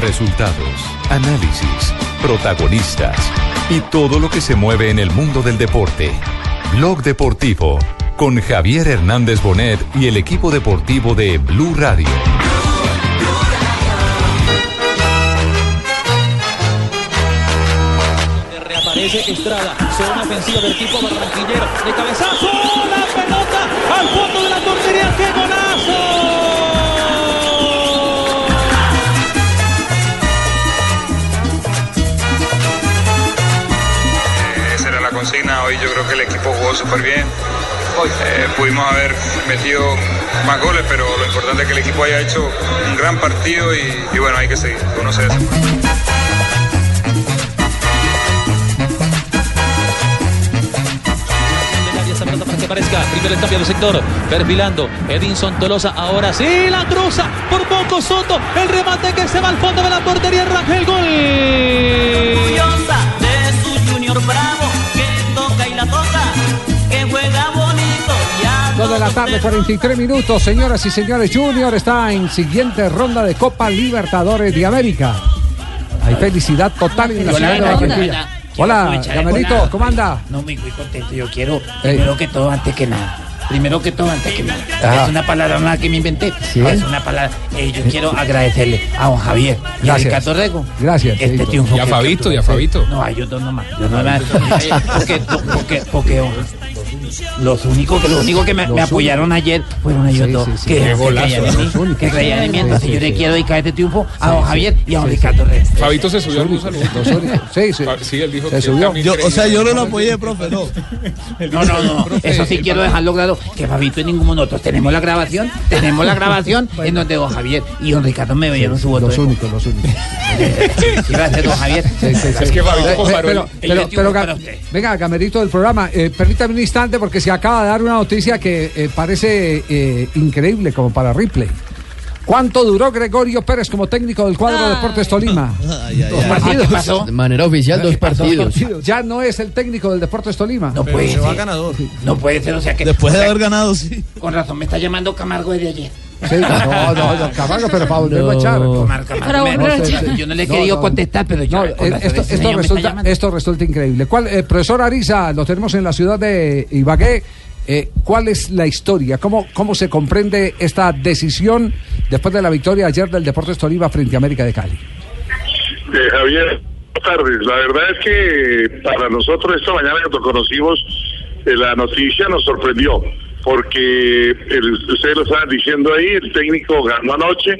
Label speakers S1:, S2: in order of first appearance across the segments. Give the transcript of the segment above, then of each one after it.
S1: Resultados, análisis, protagonistas y todo lo que se mueve en el mundo del deporte. Blog Deportivo con Javier Hernández Bonet y el equipo deportivo de Blue Radio.
S2: Reaparece Estrada, zona ofensiva del equipo barranquillero, de cabezazo, la pelota al fondo de la portería, ¡qué golazo!
S3: Eh, consigna. Hoy yo creo que el equipo jugó súper bien. Eh, pudimos haber metido más goles, pero lo importante es que el equipo haya hecho un gran partido y, y bueno, hay que seguir. Uno se
S2: Parezca, primer cambio de sector, perfilando Edinson Tolosa. Ahora sí, la cruza por poco Soto. El remate que se va al fondo de la portería, Rangel. Gol.
S4: Eh,
S5: Orgullosa de su Junior Bravo la toca, que juega bonito. Ya
S6: Dos de la tarde, 43 minutos, señoras y señores. Junior está en siguiente ronda de Copa Libertadores de América. Hay felicidad total en la ciudad de Barranquilla. Hola, Gamerito, ¿cómo anda?
S7: No, muy, muy contento. Yo quiero, primero que todo, antes que nada. Primero que todo, antes que nada. Ajá. Es una palabra más que me inventé. ¿Sí? Es una palabra. Eh, yo quiero agradecerle a don Javier y Gracias. a Ricardo Rego.
S6: Gracias.
S7: Este
S6: Edito.
S7: triunfo.
S8: Y a Fabito, y a Fabito.
S7: No, a ellos dos nomás. Yo no más. porque, porque, porque oh, los únicos que, los únicos que me, me apoyaron ayer fueron ellos sí, dos. Sí, que, creían en mí. Que creían en mí. Entonces yo le quiero dedicar este triunfo a don Javier y a don Ricardo Rego.
S9: Este,
S8: Fabito se subió al bus Sí, sí. Sí, él dijo se
S10: subió. o sea, yo no lo apoyé, profe, no.
S7: No, no, no. Eso sí quiero dejarlo claro que Fabito y ninguno nosotros tenemos la grabación, tenemos la grabación en donde don Javier y don Ricardo me veían su voto.
S6: Los únicos, los únicos.
S7: Gracias, don Javier.
S8: Es que Fabito comparó
S6: pero, pero, Venga, camerito del programa, eh, permítame un instante porque se acaba de dar una noticia que eh, parece eh, increíble como para Ripley. ¿Cuánto duró Gregorio Pérez como técnico del cuadro ay. Deportes Tolima?
S7: Ay, ay, dos partidos. ¿Qué pasó?
S11: De manera oficial, dos partidos. partidos. pues.
S6: Ya no es el técnico del Deportes Tolima.
S7: No puede
S10: se
S7: ser.
S10: Va ganador.
S7: Pues No puede ser, o sea que.
S10: Después
S7: o sea,
S10: de haber ganado, sí.
S7: Con razón, me está llamando Camargo de ayer.
S6: Sí, no, no, no, Camargo, pero para volverlo a echar.
S7: yo no le he querido contestar, pero yo.
S6: esto, esto, resulta, esto resulta increíble. ¿Cuál, eh, profesor Ariza, lo tenemos en la ciudad de Ibagué. Eh, ¿Cuál es la historia? ¿Cómo, ¿Cómo se comprende esta decisión después de la victoria ayer del Deportes Tolima frente a América de Cali?
S12: Eh, Javier, buenas tardes. La verdad es que para nosotros esta mañana cuando conocimos eh, la noticia nos sorprendió, porque el, ustedes lo estaban diciendo ahí, el técnico ganó anoche,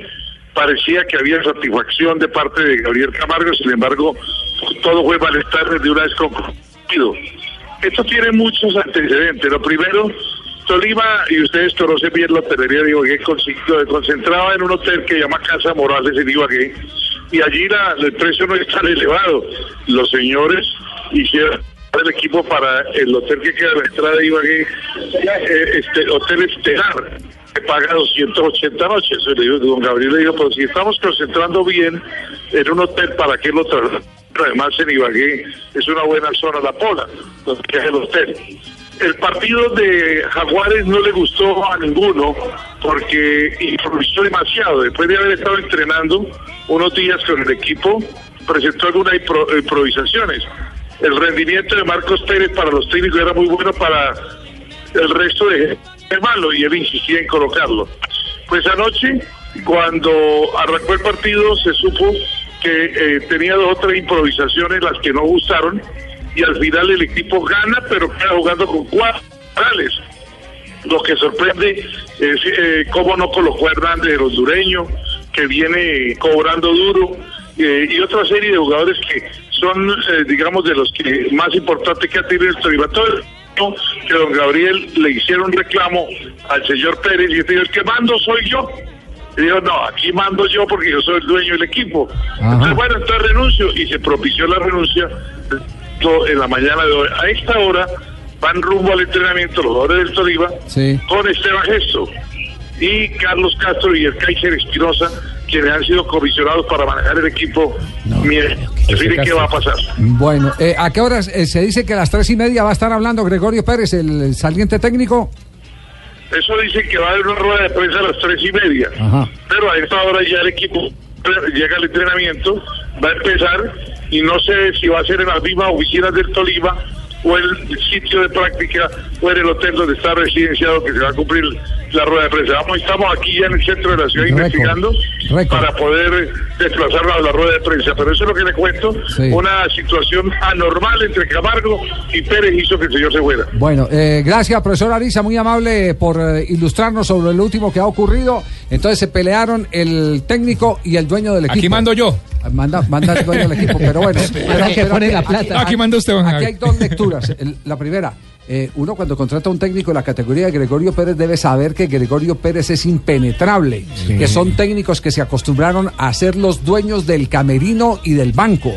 S12: parecía que había satisfacción de parte de Gabriel Camargo, sin embargo, todo fue malestar de una vez concluido. Esto tiene muchos antecedentes. Lo primero, Tolima, y ustedes conocen bien la hotelería de Ibagué, se concentraba en un hotel que se llama Casa Morales en Ibagué, y allí la, el precio no es tan elevado. Los señores hicieron el equipo para el hotel que queda en la entrada de Ibagué, este, Hotel Estelar, que paga 280 noches. Don Gabriel le dijo, pero si estamos concentrando bien en un hotel, ¿para qué lo traemos? además en Ibagué es una buena zona la pola, donde es el hotel. El partido de Jaguares no le gustó a ninguno porque improvisó demasiado. Después de haber estado entrenando unos días con el equipo, presentó algunas impro improvisaciones. El rendimiento de Marcos Pérez para los técnicos era muy bueno, para el resto de malo y él insistía en colocarlo. Pues anoche, cuando arrancó el partido, se supo que eh, tenía dos o tres improvisaciones las que no gustaron y al final el equipo gana pero queda jugando con cuatro parales. Lo que sorprende es eh, cómo no colocó Hernández el hondureño que viene cobrando duro eh, y otra serie de jugadores que son eh, digamos de los que más importantes que ha tenido el Toribatorio que don Gabriel le hicieron reclamo al señor Pérez y dijo el que mando soy yo Y dijo, no, aquí mando yo porque yo soy el dueño del equipo.
S13: Ajá.
S12: Entonces, bueno, entonces renuncio. Y se propició la renuncia to- en la mañana de hoy. A esta hora van rumbo al entrenamiento los jugadores del Tolima
S6: Sí.
S12: con Esteban Gesto y Carlos Castro y el Kaiser Espinosa, quienes han sido comisionados para manejar el equipo. Miren, miren qué va a pasar.
S6: Bueno, eh, ¿a qué horas eh, se dice que a las tres y media va a estar hablando Gregorio Pérez, el, el saliente técnico?
S12: Eso dicen que va a haber una rueda de prensa a las tres y media.
S6: Ajá.
S12: Pero a esta hora ya el equipo llega al entrenamiento, va a empezar y no sé si va a ser en las mismas oficinas del Tolima o en el sitio de práctica o en el hotel donde está residenciado que se va a cumplir la rueda de prensa. Vamos, estamos aquí ya en el centro de la ciudad
S6: Récord.
S12: investigando
S6: Récord.
S12: para poder desplazarla a la rueda de prensa. Pero eso es lo que le cuento.
S6: Sí.
S12: Una situación anormal entre Camargo y Pérez hizo que el señor se fuera.
S6: Bueno, eh, gracias, profesor Ariza, muy amable por eh, ilustrarnos sobre lo último que ha ocurrido. Entonces se pelearon el técnico y el dueño del equipo.
S14: Aquí mando yo.
S6: Ah, Manda, manda el dueño del equipo, pero bueno. pero-
S14: que
S6: pero
S14: pone la plata. No, aquí manda usted, don
S6: Aquí
S14: Javi.
S6: hay dos lecturas. El- la primera, eh, uno cuando contrata a un técnico de la categoría de Gregorio Pérez debe saber que Gregorio Pérez es impenetrable, que son técnicos que se acostumbraron a ser los dueños del camerino y del banco.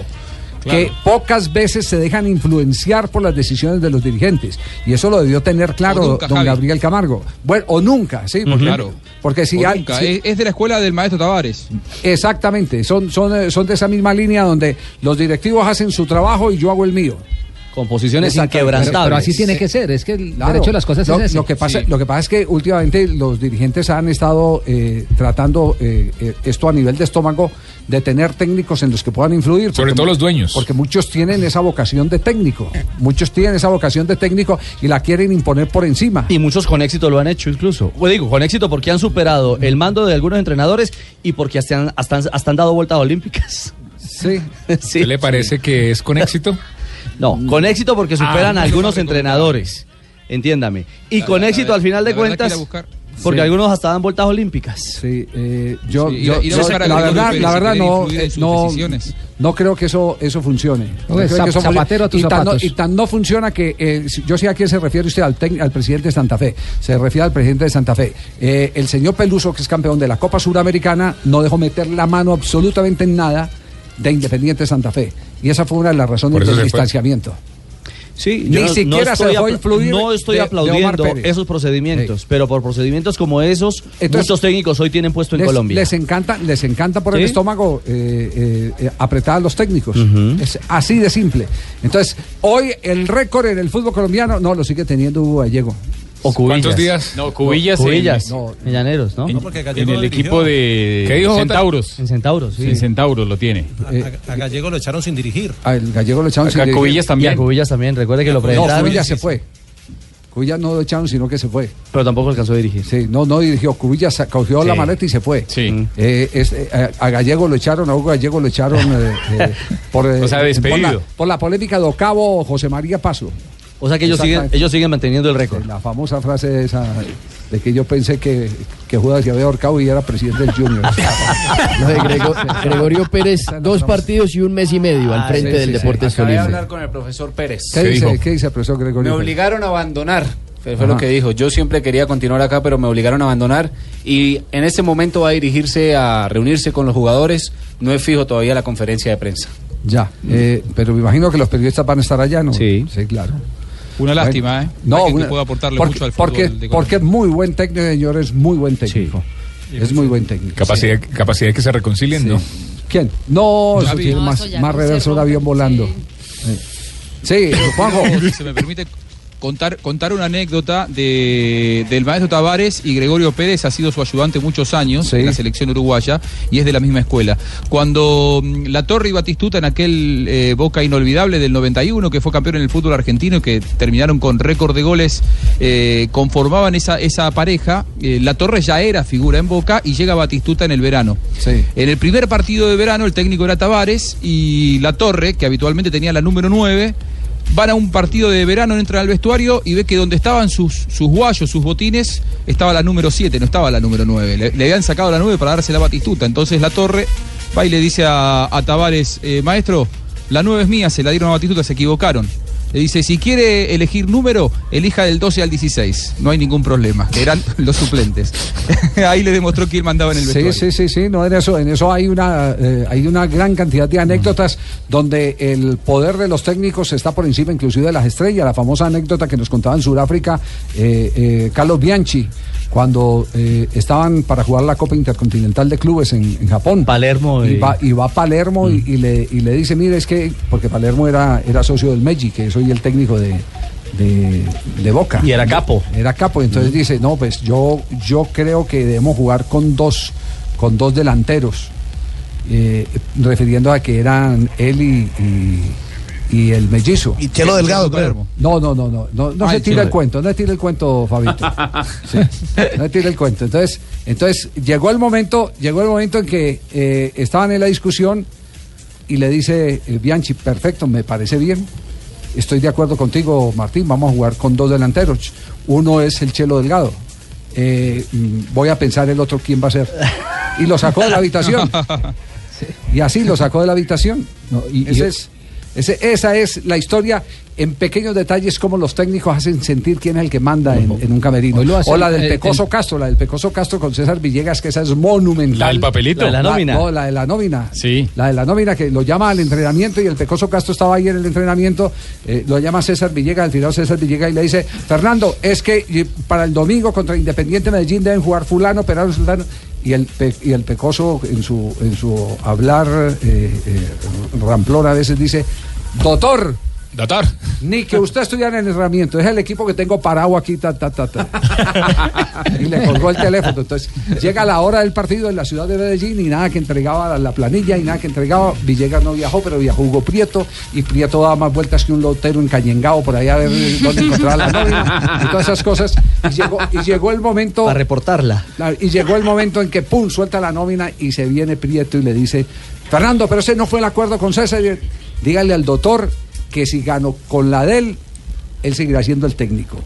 S4: Claro.
S6: Que pocas veces se dejan influenciar por las decisiones de los dirigentes. Y eso lo debió tener claro
S4: O nunca,
S6: don
S4: Javi.
S6: Gabriel Camargo. Bueno, o nunca, sí, porque,
S4: Claro.
S6: porque si,
S4: O
S6: hay-
S4: nunca,
S6: si-
S4: Es, es de la escuela del maestro Tavares.
S6: Exactamente, son, son, eh, son de esa misma línea donde los directivos hacen su trabajo y yo hago el mío.
S15: Composiciones inquebrantables. Pero- pero así tiene que ser,
S6: es que el
S15: derecho de las cosas es
S6: lo,
S15: ese.
S6: Lo que, pasa,
S15: Sí.
S6: lo que pasa es que últimamente los dirigentes han estado eh, tratando eh, eh, esto a nivel de estómago, de tener técnicos en los que puedan influir.
S14: Sobre
S6: porque
S14: todo
S6: mu-
S14: los dueños.
S6: Porque muchos tienen esa vocación de técnico, muchos tienen esa vocación de técnico y la quieren imponer por encima.
S15: Y muchos con éxito lo han hecho incluso. Bueno, Pues digo, con éxito porque han superado el mando de algunos entrenadores y porque hasta han, hasta han- hasta han dado vueltas olímpicas.
S6: Sí.
S14: ¿Qué le parece que es con éxito? Ah.
S15: No, con éxito porque superan a algunos entrenadores. Entiéndame. Y
S14: La-
S15: con
S14: la-
S15: éxito al final de
S14: la verdad que
S15: cuentas.
S14: ir a buscar.
S15: Porque
S6: Sí.
S15: algunos hasta dan vueltas olímpicas.
S6: Sí, eh, yo,
S15: Sí, ir
S6: yo-
S15: a- ir a
S6: yo-
S15: buscar a
S6: la
S15: Gregorio
S6: verdad,
S15: Pérez
S6: la
S15: si
S6: verdad
S15: quiere
S6: no,
S15: influir en sus
S6: no,
S15: decisiones.
S6: no creo que eso, eso funcione. No
S15: Oye,
S6: creo
S15: zap-
S6: que eso funcione.
S15: zapatero a tus
S6: y tan, no,
S15: zapatos.
S6: y tan no funciona que, eh, si- yo sé a quién se refiere usted, al, tec- al presidente de Santa Fe, se refiere al presidente de Santa Fe. Eh, el señor Peluso, que es campeón de la Copa Suramericana, no dejó meter la mano absolutamente en nada de Independiente Santa Fe. Y esa fue una de las razones
S15: Por eso
S6: del
S15: se fue.
S6: distanciamiento.
S15: Sí,
S6: Ni
S15: yo no- no
S6: siquiera se
S15: estoy
S6: dejó
S15: apl-
S6: influir
S15: No estoy
S6: de- de Omar
S15: aplaudiendo
S6: Pérez.
S15: esos procedimientos, pero por procedimientos como esos,
S6: Entonces,
S15: muchos técnicos hoy tienen puesto en
S6: les,
S15: Colombia.
S6: les encanta, les encanta por el
S15: ¿Sí?
S6: estómago eh, eh, eh, apretar a los técnicos. Es así de simple. Entonces, hoy el récord en el fútbol colombiano no lo sigue teniendo Hugo Gallego.
S15: O Cubillas.
S16: ¿Cuántos días? No, Cubillas en-
S15: Cubillas.
S16: No.
S15: en Llaneros, ¿no?
S16: en el equipo de
S15: ¿Qué dijo, Jota?
S16: Centauros.
S15: En Centauros, sí.
S16: En Centauros lo tiene.
S17: A Gallego lo echaron sin dirigir.
S6: Al Ah, Gallego lo echaron
S16: A- a
S6: dirigir.
S16: Cubillas también.
S15: Y a Cubillas también, recuerde que lo
S6: No,
S15: presentaron.
S6: Cubillas se fue. Cubillas no lo echaron, sino que se fue.
S15: Pero tampoco alcanzó a dirigir.
S6: Sí, no, no dirigió. Cubillas sa- cogió la
S15: Sí. Mm.
S6: maleta y se fue. Eh, es- eh, a, a Gallego lo echaron, a Hugo Gallego lo echaron eh, eh, por, eh,
S15: O sea,
S6: por la-
S15: despedido.
S6: por la polémica de Ocavo José María Paso.
S15: O sea que ellos siguen,
S6: Exactamente.
S15: ellos siguen manteniendo el récord.
S6: La famosa frase esa de que yo pensé que, que Judas se había ahorcado y era presidente del Junior.
S11: Lo de Grego- Gregorio Pérez, dos partidos y un mes y medio al
S18: Ah,
S11: frente
S18: sí,
S11: del
S18: sí, sí.
S11: Deportes
S18: Acabé de
S11: Tolima.
S18: hablar con el profesor Pérez.
S6: ¿Qué, dice, ¿Qué dice el profesor
S18: Me
S6: Gregorio? Pérez?
S18: obligaron a abandonar. Fue fue
S6: Ajá.
S18: lo que dijo. Yo siempre quería continuar acá, pero me obligaron a abandonar. Y en ese momento va a dirigirse a reunirse con los jugadores. No es fijo todavía la conferencia de prensa.
S6: Ya, eh, pero me imagino que los periodistas van a estar allá, ¿no? Sí, sí claro.
S16: Una lástima, ¿eh?
S6: No,
S16: Alguien que
S6: una-
S16: pueda aportarle
S6: porque,
S16: mucho al fútbol
S6: porque,
S16: de Colombia.
S6: porque es muy buen técnico, señor, es muy buen técnico. Es muy buen técnico.
S14: Capacidad, capacidad que se reconcilien, ¿no?
S6: ¿Quién? No,
S14: Gavi.
S6: eso tiene
S14: No,
S6: más,
S14: eso ya
S6: más
S14: no se
S6: reverso un avión volando. Sí, Juanjo.
S16: Pero, Se me permite contar, contar una anécdota de, del maestro Tavares y Gregorio Pérez ha sido su ayudante muchos años en la selección uruguaya y es de la misma escuela. Cuando mm, La Torre y Batistuta en aquel eh, Boca inolvidable del 91 que fue campeón en el fútbol argentino y que terminaron con récord de goles eh, conformaban esa, esa pareja. eh, la Torre ya era figura en Boca y llega Batistuta en el verano. En el primer partido de verano el técnico era Tavares y La Torre, que habitualmente tenía la número 9, van a un partido de verano, entran al vestuario y ve que donde estaban sus, sus guayos, sus botines, estaba la número 7, no estaba la número 9. Le, le habían sacado la 9 para darse la batistuta. Entonces la torre va y le dice a, a Tavares, eh, maestro, la 9 es mía, se la dieron a Batistuta, se equivocaron. le dice, si quiere elegir número, elija del 12 al 16. No hay ningún problema, que eran los suplentes. Ahí le demostró que él mandaba en el vestuario.
S6: Sí, sí, sí, sí, no en eso, en eso hay una eh, hay una gran cantidad de anécdotas donde el poder de los técnicos está por encima inclusive de las estrellas, la famosa anécdota que nos contaba en Sudáfrica eh, eh, Carlos Bianchi cuando eh, estaban para jugar la Copa Intercontinental de Clubes en, en Japón.
S15: Palermo,
S6: Y
S15: eh.
S6: va, y va Palermo y, y le, y le dice, mire, es que, porque Palermo era, era socio del Meiji, que soy el técnico de, de, de Boca.
S15: Y era capo.
S6: Era capo, entonces dice, no, pues yo, yo creo que debemos jugar con dos, con dos delanteros, eh, refiriendo a que eran él y... y- y el mellizo. Y
S10: Chelo Delgado, Palermo.
S6: No, no, no, no. No, no
S10: Ah,
S6: se
S10: el
S6: tira
S10: Chelo.
S6: el cuento, no se tira el cuento, Fabito. No tiene el cuento. Entonces, entonces llegó el momento, llegó el momento en que eh, estaban en la discusión y le dice eh, Bianchi, perfecto, me parece bien. Estoy de acuerdo contigo, Martín. Vamos a jugar con dos delanteros. Uno es el Chelo Delgado. Eh, mm, voy a pensar el otro quién va a ser. Y lo sacó de la habitación. Y así lo sacó de la habitación. Ese es- ese- esa es la historia en pequeños detalles como los técnicos hacen sentir quién es el que manda en, en un camerino.
S15: lo hacen,
S6: o la del
S15: eh,
S6: Pecoso Castro, la del Pecoso Castro con César Villegas, que esa es monumental.
S19: La del papelito. La de la nómina.
S6: no, la de la nómina.
S19: Sí.
S6: La de la nómina que lo llama al entrenamiento y el Pecoso Castro estaba ahí en el entrenamiento, eh, lo llama César Villegas, al final César Villegas y le dice, Fernando, es que eh, para el domingo contra Independiente Medellín deben jugar fulano, Perano, Sultano. Y el, pe- y el Pecoso en su, en su hablar eh, eh, ramplón a veces dice, doctor.
S19: Doctor.
S6: Ni que usted estuviera en entrenamiento, es el equipo que tengo parado aquí, ta, ta, ta, ta y le colgó el teléfono. Entonces, llega la hora del partido en la ciudad de Medellín y nada que entregaba la planilla y nada que entregaba. Villegas no viajó, pero viajó Hugo Prieto y Prieto daba más vueltas que un lotero en Cañengao por allá a ver dónde encontraba la nómina y todas esas cosas. Y llegó, y llegó el momento. Para
S15: reportarla.
S6: Y llegó el momento en que pum, suelta la nómina y se viene Prieto y le dice: Fernando, pero ese no fue el acuerdo con César. Dígale al doctor que si gano con la de él, él seguirá siendo el técnico.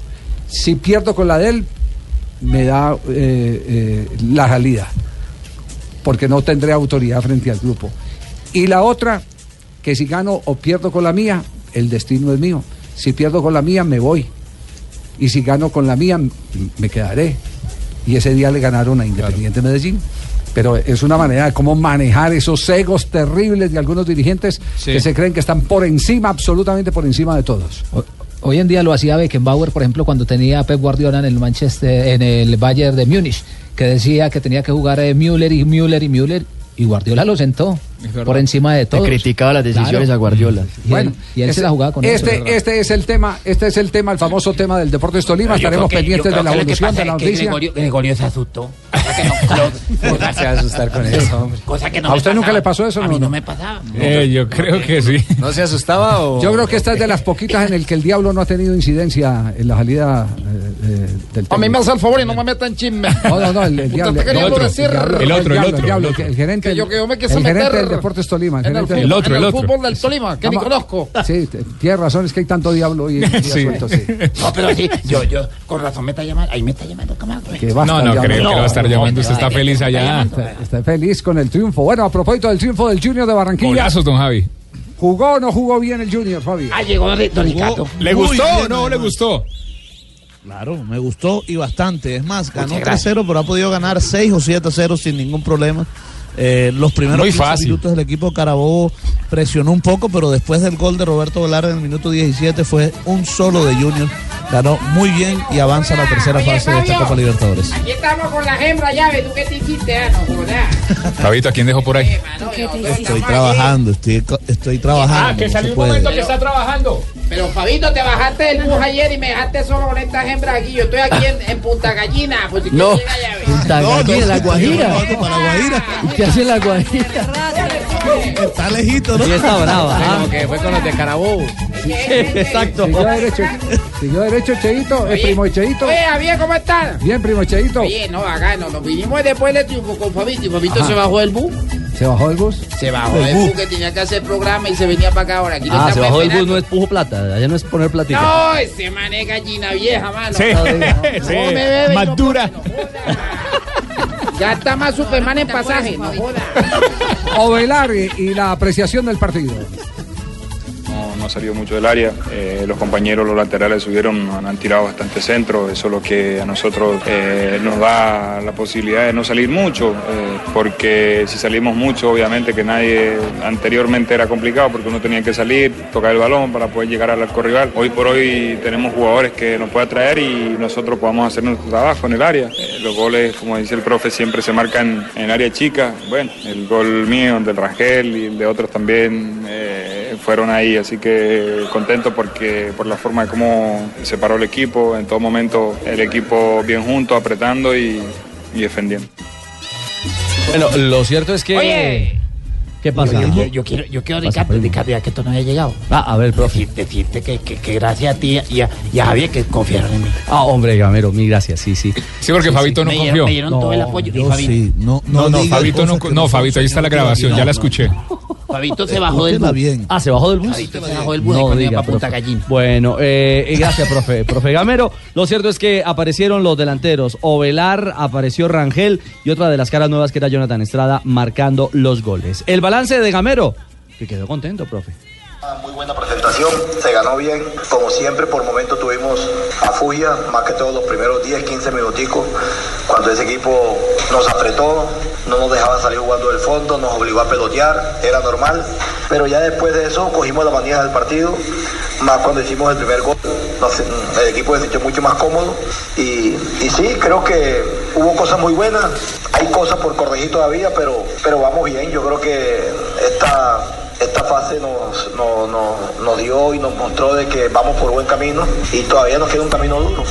S6: Si pierdo con la de él, me da eh, eh, la salida, porque no tendré autoridad frente al grupo. Y la otra, que si gano o pierdo con la mía, el destino es mío. Si pierdo con la mía, me voy. Y si gano con la mía, m- me quedaré. Y ese día le ganaron a Independiente Medellín. Pero es una manera de cómo manejar esos egos terribles de algunos dirigentes
S20: Sí.
S6: que se creen que están por encima, absolutamente por encima de todos.
S20: Hoy en día lo hacía Beckenbauer, por ejemplo, cuando tenía a Pep Guardiola en el Manchester, en el Bayern de Múnich, que decía que tenía que jugar eh, Müller y Müller y Müller, y Guardiola lo sentó por encima de todo.
S11: criticaba las decisiones a Guardiola.
S20: Y
S11: Bueno,
S20: él, y él
S11: ese-
S20: se la jugaba con eso.
S6: Este, este es el tema, este es el tema, el famoso tema del Deportes
S7: Yo
S6: Tolima.
S7: creo
S6: Estaremos
S7: que- yo
S6: pendientes
S7: creo
S6: de la
S7: que lo que
S6: evolución
S7: pasa
S6: de la
S7: es que
S6: noticia.
S7: Gregorio, Gregorio se asustó. Cosa que no, cosa-
S6: se va a asustar con eso, hombre.
S7: Cosa que no
S6: ¿A
S7: me
S6: usted nunca
S7: pasaba.
S6: le pasó eso?
S7: A
S6: no,
S7: mí no
S6: no?
S7: me pasaba.
S19: Eh, yo creo que sí.
S21: ¿No se asustaba o.?
S6: Yo creo que esta es de las poquitas en el que el diablo no ha tenido incidencia en la salida eh, eh, del
S22: A mí me
S6: técnico.
S22: hace el favor y no me metan chisme.
S6: No, no, no, el, el
S22: Usted
S6: diablo.
S22: está queriendo decir-
S6: diablo, diablo, que el gerente,
S22: Que yo- que yo me quise
S6: el gerente
S22: meter
S6: del Deportes Tolima.
S22: en el,
S6: gerente
S22: fútbol,
S6: del-
S22: en fútbol del Tolima, que ni
S6: Vamos.
S22: conozco.
S6: Sí, t- tiene razón, es que hay tanto diablo y, suelto, sí.
S7: No, pero sí, yo, yo, con razón me está llamando. Ahí me está llamando, ¿cómo?
S6: Que va a
S19: No,
S6: estar
S19: no creo
S6: llamando.
S19: que lo va a estar llamando. Usted está feliz allá.
S6: Está, está feliz con el triunfo. Bueno, a propósito del triunfo del Junior de Barranquilla.
S19: Golazos, don Javi.
S6: ¿Jugó o no jugó bien el Junior, Fabi?
S7: Ah, llegó Don, Don
S6: Ricardo.
S19: ¿Le gustó o no le gustó?
S10: Claro, me gustó y bastante. Es más, ganó
S19: Muchas gracias.
S10: 3-0, pero ha podido ganar 6 o 7-0 sin ningún problema. Eh, los primeros
S19: Muy
S10: 15
S19: fácil.
S10: minutos del equipo Carabobo presionó un poco, pero después del gol de Roberto Velarde en el minuto 17 fue un solo de Junior. Ganó muy bien y avanza a la tercera
S8: Oye,
S10: fase de esta
S8: Fabio.
S10: Copa Libertadores.
S8: Aquí estamos con la hembra llave, ¿tú qué te hiciste? Ah, no, por nada.
S19: Fabito, ¿a quién dejó por ahí?
S8: Ah, no, yo-
S10: Estoy trabajando, estoy, estoy trabajando.
S8: Ah,
S10: no
S8: que
S10: se
S8: salió un
S10: puede.
S8: momento
S22: que está trabajando.
S8: Pero Fabito, te bajaste del bus ayer y me dejaste solo con estas hembras aquí. Yo estoy aquí en, en Punta Gallina. Pues, si
S11: No,
S8: quieres llegar
S11: Punta
S8: No,
S11: Gallina,
S8: no,
S11: la Guajira. ¿Qué hace la Guajira?
S10: Está lejito,
S11: ¿no?
S21: Sí, está brava.
S11: Como
S21: que fue con los de Carabobo.
S6: Exacto. Siguió derecho, siguió derecho Cheito, el primo de Cheito.
S8: ya. Oye, Javier, ¿cómo estás?
S6: Bien, primo de Cheito.
S8: Oye, no, acá no, nos vinimos después del triunfo con Fabito y Fabito
S6: Ajá.
S8: se bajó del bus.
S6: ¿Se bajó el bus?
S8: Se bajó del bus que tenía que hacer programa y se venía para acá ahora. Aquí lo
S15: Ah, se
S8: estamos
S15: bajó del bus,
S8: esperando.
S15: no es pujo plata. Allá no es poner platica.
S8: No, ese man es gallina vieja, mano.
S15: Sí,
S8: No, no, no, no
S15: sí.
S8: me bebe y
S15: Más
S8: no
S15: dura.
S8: come, no joda. Ya está más Superman en pasaje. No joda.
S6: Ovelar y la apreciación del partido.
S3: no, no ha salido mucho del área. Eh, los compañeros, los laterales subieron, han, han tirado bastante centro. Eso es lo que a nosotros eh, nos da la posibilidad de no salir mucho, eh, porque si salimos mucho, obviamente que nadie anteriormente era complicado porque uno tenía que salir, tocar el balón para poder llegar al arco rival. Hoy por hoy tenemos jugadores que nos puede atraer y nosotros podamos hacer nuestro trabajo en el área. Eh, los goles, como dice el profe, siempre se marcan en área chica. Bueno, el gol mío, el del Rangel y el de otros también eh, fueron ahí, así que contento porque por la forma de cómo se paró el equipo, en todo momento el equipo bien junto, apretando y, y defendiendo.
S15: Bueno, lo cierto es que.
S7: Oye.
S15: ¿Qué pasa?
S7: Yo, yo- yo quiero, yo quiero Ricardo, Ricardo, ya que tú no había llegado.
S15: Ah, a ver, profe.
S7: Decirte que, que- que gracias a ti y a, y a Javier que confiaron en mí.
S15: Ah, hombre, Gamero, mil gracias, sí, sí.
S13: Sí, porque Fabito no
S7: me
S13: confió.
S7: dieron- me dieron todo el apoyo. Y
S13: yo
S7: Fabito,
S13: sí.
S10: No,
S13: no, no,
S10: digas
S13: Fabito no.
S10: cosas que
S13: No,
S10: no
S13: Fabito, ahí está la grabación, ya la escuché.
S7: Fabito se bajó del
S15: Escúchela
S7: bus.
S15: bien. Ah, se bajó del bus.
S7: Fabito se bajó del bus y
S15: No
S7: cuando iba
S15: diga,
S7: pa' Punta
S15: profe.
S7: Gallina.
S15: Bueno, eh, eh, gracias, profe, profe Gamero. Lo cierto es que aparecieron los delanteros. Ovelar, apareció Rangel y otra de las caras nuevas que era Jonathan Estrada marcando los goles. El balance de Gamero, que quedó contento, profe.
S23: presentación, se ganó bien, como siempre por momento tuvimos a Fugia, más que todos los primeros 10, 15 minuticos, cuando ese equipo nos apretó, no nos dejaba salir jugando del fondo, nos obligó a pelotear, era normal, pero ya después de eso cogimos la manía del partido, más cuando hicimos el primer gol, nos- el equipo se sintió mucho más cómodo y, y sí, creo que hubo cosas muy buenas, hay cosas por corregir todavía, pero, pero vamos bien, yo creo que esta esta fase nos, no- no- nos dio y nos mostró de que vamos por buen camino y todavía nos queda un camino duro.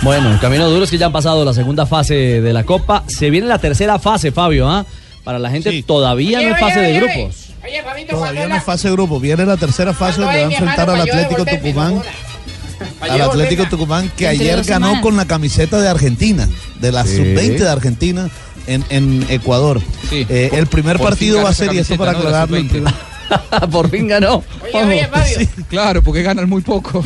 S15: Bueno, el camino duro es que ya han pasado la segunda fase de la Copa. Se viene la tercera fase, Fabio, ¿ah? Para la gente todavía no es fase de grupos.
S8: Oye, Fabito,
S10: Todavía no es fase de grupo. Viene la tercera fase donde va a enfrentar al Atlético Tucumán. Al
S8: yo
S10: Atlético
S8: volverme.
S10: Tucumán que
S8: Entre
S10: ayer
S8: dos
S10: ganó
S8: semanas.
S10: con la camiseta de Argentina, de la
S8: Sí.
S10: sub-20 de Argentina en, en Ecuador. Eh, el primer
S16: Por fin
S10: partido
S16: ganó
S10: va a
S16: esa
S10: ser, y eso
S16: camiseta,
S10: para
S16: ¿no? De la
S10: aclararlo, el
S16: sub-20.
S15: Por fin ganó.
S16: Sí, claro, porque ganan muy poco.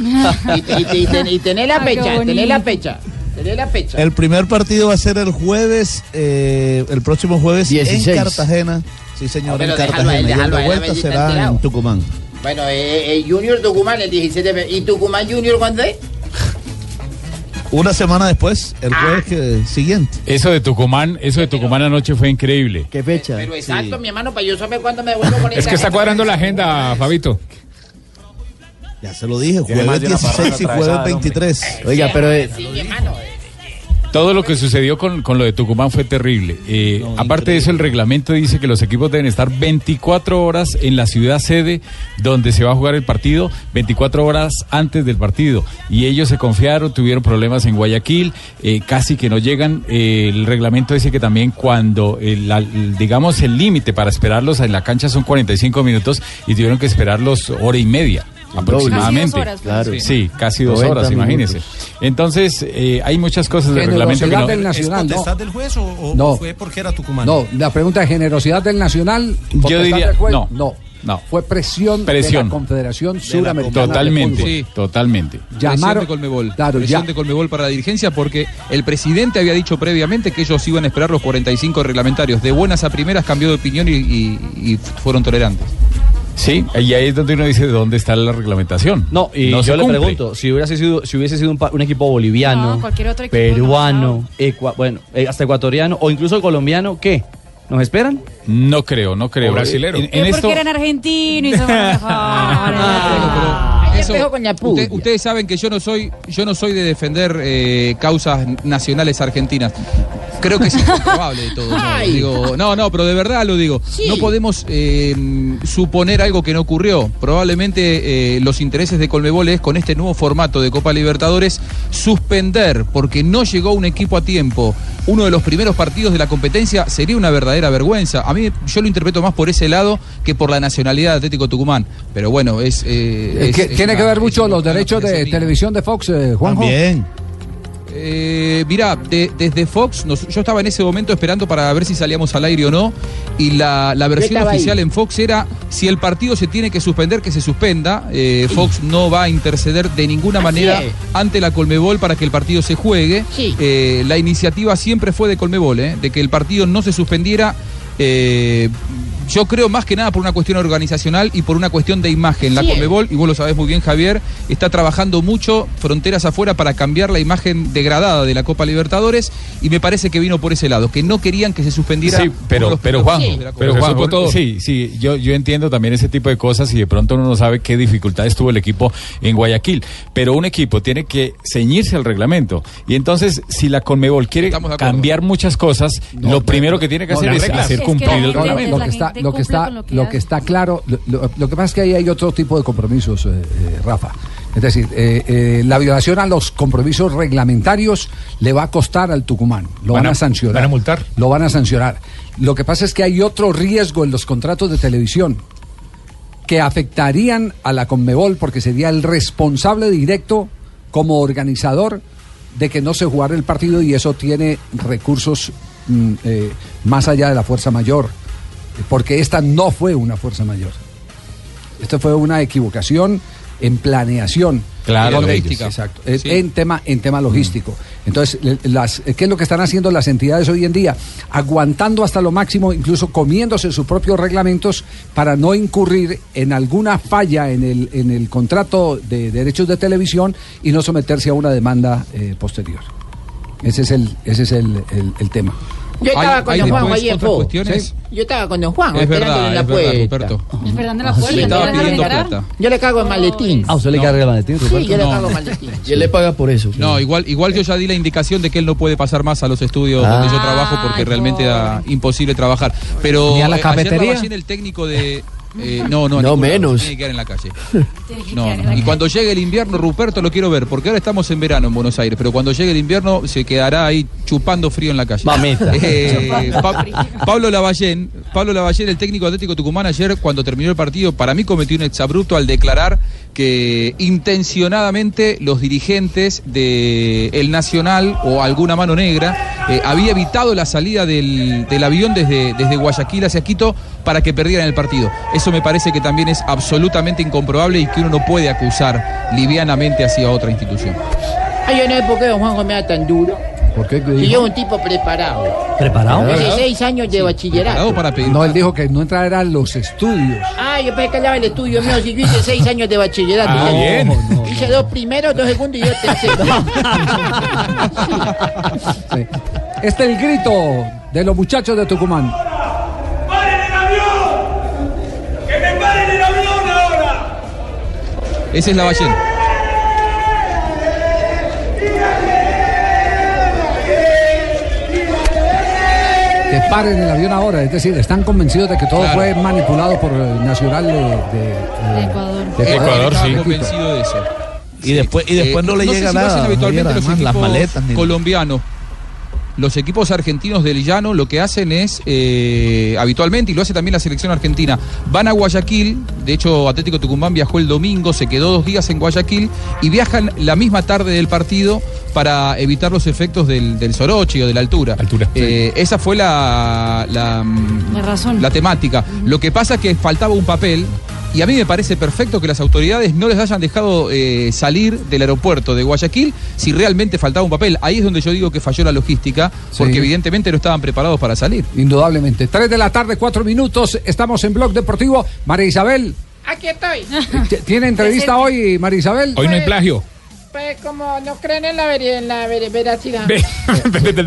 S8: Y, y, ten- y tené la
S7: Ah, qué
S8: fecha, tené la
S7: bonito.
S8: fecha, tené la fecha.
S10: El primer partido va a ser el jueves, eh, el próximo jueves
S8: 16.
S10: en Cartagena. Sí, señor,
S8: Pero
S10: en
S8: déjalo a él,
S10: Cartagena. y el
S8: déjalo a él,
S10: de
S8: a
S10: vuelta
S8: ver si está
S10: será
S8: enterado.
S10: en Tucumán.
S8: Bueno, eh, eh, Junior Tucumán el 17 de fe- ¿Y Tucumán Junior cuándo es?
S10: Una semana después, el jueves que- siguiente.
S13: Eso de Tucumán, eso de Tucumán anoche fue increíble.
S10: ¿Qué fecha?
S8: Pero exacto, mi hermano, para yo saber cuándo me devuelvo con
S13: Es
S8: esa
S13: que está
S8: gente.
S13: cuadrando la agenda, Fabito.
S10: Ya se lo dije,
S13: Tiene más
S10: jueves
S13: de una
S10: 16 y
S13: parranda
S10: jueves
S13: atravesada,
S10: 23.
S13: Oiga, pero, eh,
S8: Sí, mi hermano.
S13: Todo lo que sucedió con, con lo de Tucumán fue terrible. Eh, aparte de eso, el reglamento dice que los equipos deben estar 24 horas en la ciudad sede donde se va a jugar el partido, 24 horas antes del partido. Y ellos se confiaron, tuvieron problemas en Guayaquil, eh, casi que no llegan. Eh, el reglamento dice que también cuando, el- la- el- digamos, el límite para esperarlos en la cancha son 45 minutos y tuvieron que esperarlos hora y media. Aproximadamente.
S24: Casi dos horas, pues. claro.
S13: Sí, casi dos
S24: 90
S13: horas, imagínense.
S24: minutos.
S13: Entonces, eh, hay muchas cosas del reglamento que
S6: Generosidad
S13: no...
S6: del Nacional.
S13: Es
S6: no.
S13: contestar-
S4: del juez o, o
S6: No.
S4: fue porque era Tucumán?
S6: No, la pregunta es generosidad del Nacional.
S13: Yo
S6: ¿Potestad
S13: diría,
S6: del juez?
S13: no,
S6: no.
S13: no.
S6: Fue presión, de
S13: Presión.
S6: la Confederación Suramericana. de
S13: Totalmente,
S6: Fútbol.
S13: sí, totalmente.
S6: Llamaron-
S16: Presión de Colmebol.
S6: Claro,
S16: Presión
S6: Ah, ya.
S16: de Colmebol para la dirigencia porque el presidente había dicho previamente que ellos iban a esperar los 45 reglamentarios. De buenas a primeras cambió de opinión y, y- y fueron tolerantes.
S13: Sí, y ahí es donde uno dice dónde está la reglamentación.
S15: No, y
S13: se
S15: yo le
S13: cumple.
S15: pregunto, si hubiese sido, si hubiese sido un, pa- un equipo boliviano,
S24: No, cualquier otro equipo
S15: peruano, ecua- bueno, eh, hasta ecuatoriano o incluso colombiano, ¿qué? ¿Nos esperan?
S13: No creo, no creo. Eh,
S15: O brasilero.
S13: En, en
S24: Pero
S13: esto,
S24: porque eran argentinos y son
S16: Eso- Usted- ustedes saben que yo no soy, yo no soy de defender eh, causas nacionales argentinas. Creo que es incomprobable de todo. ¿no?
S8: Ay.
S16: Digo, no, no, pero de verdad lo digo. No podemos eh, suponer algo que no ocurrió. Probablemente eh, los intereses de Colmebol es con este nuevo formato de Copa Libertadores suspender porque no llegó un equipo a tiempo. Uno de los primeros partidos de la competencia sería una verdadera vergüenza. A mí yo lo interpreto más por ese lado que por la nacionalidad de Atlético Tucumán. Pero bueno, es, eh,
S6: Eh,
S16: es-
S6: que-
S16: es
S6: tiene
S16: una-
S6: que ver
S16: es
S6: mucho
S16: una-
S6: los derechos de televisión de Fox, eh, Juanjo.
S10: También.
S16: Eh, mirá, de- desde Fox, nos- yo estaba en ese momento esperando para ver si salíamos al aire o no, y la, la versión
S8: estaba ahí.
S16: oficial en Fox era, si el partido se tiene que suspender, que se suspenda, Eh, Fox no va a interceder de ninguna
S8: Así
S16: manera
S8: es.
S16: ante la Colmebol para que el partido se juegue.
S8: Sí.
S16: Eh, la iniciativa siempre fue de Colmebol, eh, de que el partido no se suspendiera. eh, Yo creo más que nada por una cuestión organizacional y por una cuestión de imagen. La
S2: Sí, eh.
S16: Comebol, y vos lo sabés muy bien, Javier, está trabajando mucho fronteras afuera para cambiar la imagen degradada de la Copa Libertadores y me parece que vino por ese lado, que no querían que se suspendiera.
S13: Sí,
S16: uno de
S13: pero,
S16: los primeros
S13: pero Juan,
S16: puntos de la Copa.
S13: pero
S16: Se
S13: Juan,
S16: supo todo.
S13: sí, sí, yo, yo entiendo también ese tipo de cosas y de pronto uno no sabe qué dificultades tuvo el equipo en Guayaquil, pero un equipo tiene que ceñirse al reglamento y entonces si la Conmebol quiere cambiar muchas cosas, lo primero que tiene que
S6: No,
S13: hacer
S6: la
S13: es
S6: regla.
S13: hacer
S6: Es que
S13: cumplir
S6: la
S13: el
S6: gente-
S13: reglamento.
S6: Lo que está, lo que está,
S8: lo
S6: lo
S8: que
S6: que
S8: hace.
S6: está claro, lo, lo- lo que pasa es que ahí hay otro tipo de compromisos, eh, eh, Rafa. Es decir, eh, eh, la violación a los compromisos reglamentarios le va a costar al Tucumán. Lo van,
S19: Van a-
S6: a sancionar.
S19: van a multar.
S6: Lo van a sancionar. Lo que pasa es que hay otro riesgo en los contratos de televisión que afectarían a la Conmebol porque sería el responsable directo como organizador de que no se jugara el partido y eso tiene recursos mm, eh, más allá de la fuerza mayor, porque esta no fue una fuerza mayor. Esta fue una equivocación en planeación.
S13: Claro,
S6: Donde-
S13: logística.
S6: Exacto. eh, En tema, en tema logístico. Entonces, le- las, eh, ¿qué es lo que están haciendo las entidades hoy en día? Aguantando hasta lo máximo, incluso comiéndose sus propios reglamentos para no incurrir en alguna falla en el, en el contrato de derechos de televisión y no someterse a una demanda eh, posterior. Ese es el, ese es el, el- el tema.
S8: Yo estaba con don Juan Ah, ahí en Fo.
S6: Sí.
S8: Yo estaba con don Juan
S6: Es
S8: esperándole
S6: verdad,
S8: en la
S6: es verdad,
S8: puerta.
S6: Ruperto.
S8: Esperando
S19: la puerta,
S8: Sí,
S19: ¿le
S8: estaba
S19: dejan
S8: pidiendo
S19: entrar?
S8: plata. Yo le cago el maletín.
S19: Ah, usted le carga el maletín,
S8: Sí, yo le
S16: No.
S8: cago el maletín.
S16: Y él le paga por eso. No, igual, igual yo ya di la indicación de que él no puede pasar más a los estudios donde yo trabajo porque realmente era imposible trabajar. Pero
S19: Ni a la
S16: eh, ayer
S19: cafetería.
S16: Lavallén, el técnico de. eh, no, no,
S19: No,
S16: a ningún lado,
S19: menos.
S16: Tiene que quedar en la calle. No, no. Y cuando llegue el invierno, Ruperto, lo quiero ver, porque ahora estamos en verano en Buenos Aires, pero cuando llegue el invierno se quedará ahí chupando frío en la calle. Eh, Pa- Pablo Lavallén, Pablo Lavallén, el técnico atlético Tucumán ayer cuando terminó el partido, para mí cometió un exabrupto al declarar que intencionadamente los dirigentes de el Nacional o alguna mano negra eh, había evitado la salida del, del avión desde, desde Guayaquil hacia Quito para que perdieran el partido. Eso me parece que también es absolutamente incomprobable y que uno no puede acusar livianamente hacia otra institución.
S8: Ay, yo no sé por qué don Juan me da tan duro.
S6: ¿Por qué?
S8: Si yo es un tipo preparado.
S6: ¿Preparado?
S8: 16 años de bachillerato.
S6: No, él dijo que no entrará a los estudios.
S8: Ah, yo pensé que hablaba el estudio mío. Si yo hice 6 años de bachillerato.
S6: Ah,
S8: Hice-
S6: bien.
S8: Hice dos primeros, dos segundos y dos terceros.
S6: Este es el grito de los muchachos de Tucumán.
S16: Ese es Lavallén.
S6: que paren el avión ahora. Es decir, están convencidos de que todo fue manipulado por el Nacional de, de- de- de
S16: Ecuador,
S6: de
S16: sí.
S6: Quito.
S16: convencido de eso.
S10: Y después, y después no le
S16: Eh, sé
S10: llega
S16: si lo hacen
S10: nada.
S16: habitualmente
S10: Javier,
S16: los
S10: además, las
S16: equipos
S10: maletas. ni-
S16: colombianos. Los equipos argentinos del llano lo que hacen es, eh, habitualmente, y lo hace también la selección argentina, van a Guayaquil, de hecho Atlético Tucumán viajó el domingo, se quedó dos días en Guayaquil, y viajan la misma tarde del partido para evitar los efectos del, del soroche o de la altura. Eh, Esa fue la, la, mm,
S25: La razón.
S16: la temática. Lo que pasa es que faltaba un papel. Y a mí me parece perfecto que las autoridades no les hayan dejado eh, salir del aeropuerto de Guayaquil si realmente faltaba un papel. Ahí es donde yo digo que falló la logística, porque evidentemente no estaban preparados para salir.
S6: Indudablemente. Tres de la tarde, cuatro minutos. Estamos en Blog Deportivo. María Isabel,
S26: Aquí estoy.
S6: ¿t- ¿tiene entrevista hoy, María Isabel?
S19: Hoy no hay plagio.
S26: Pues como no creen en la, veri- en la veri- veracidad.
S6: creen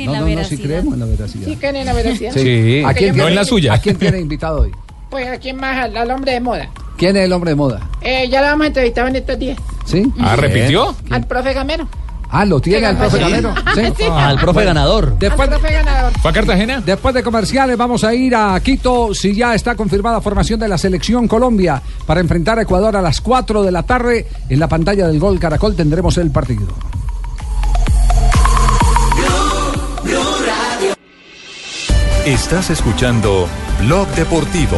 S6: en No, la no, no, sí veracidad. creemos en la veracidad.
S26: Sí creen en la veracidad.
S6: Sí. ¿A quién
S26: Porque yo
S6: tiene-
S26: me-
S6: ¿A quién tiene invitado hoy?
S26: Pues a quién más, al, al hombre de moda.
S6: ¿Quién es el hombre de moda?
S26: Eh, ya lo vamos a entrevistar en estos días.
S6: ¿Sí?
S19: Ah, ¿repitió?
S26: Al profe Gamero.
S6: Ah, lo tiene al profe
S19: Sí.
S6: Gamero.
S19: Sí. Al Ah, profe ganador.
S6: Después,
S26: Profe ganador.
S19: ¿Fue a Cartagena?
S6: Después de comerciales vamos a ir a Quito si ya está confirmada formación de la selección Colombia para enfrentar a Ecuador a las 4 de la tarde. En la pantalla del Gol Caracol tendremos el partido.
S1: Estás escuchando Blog Deportivo.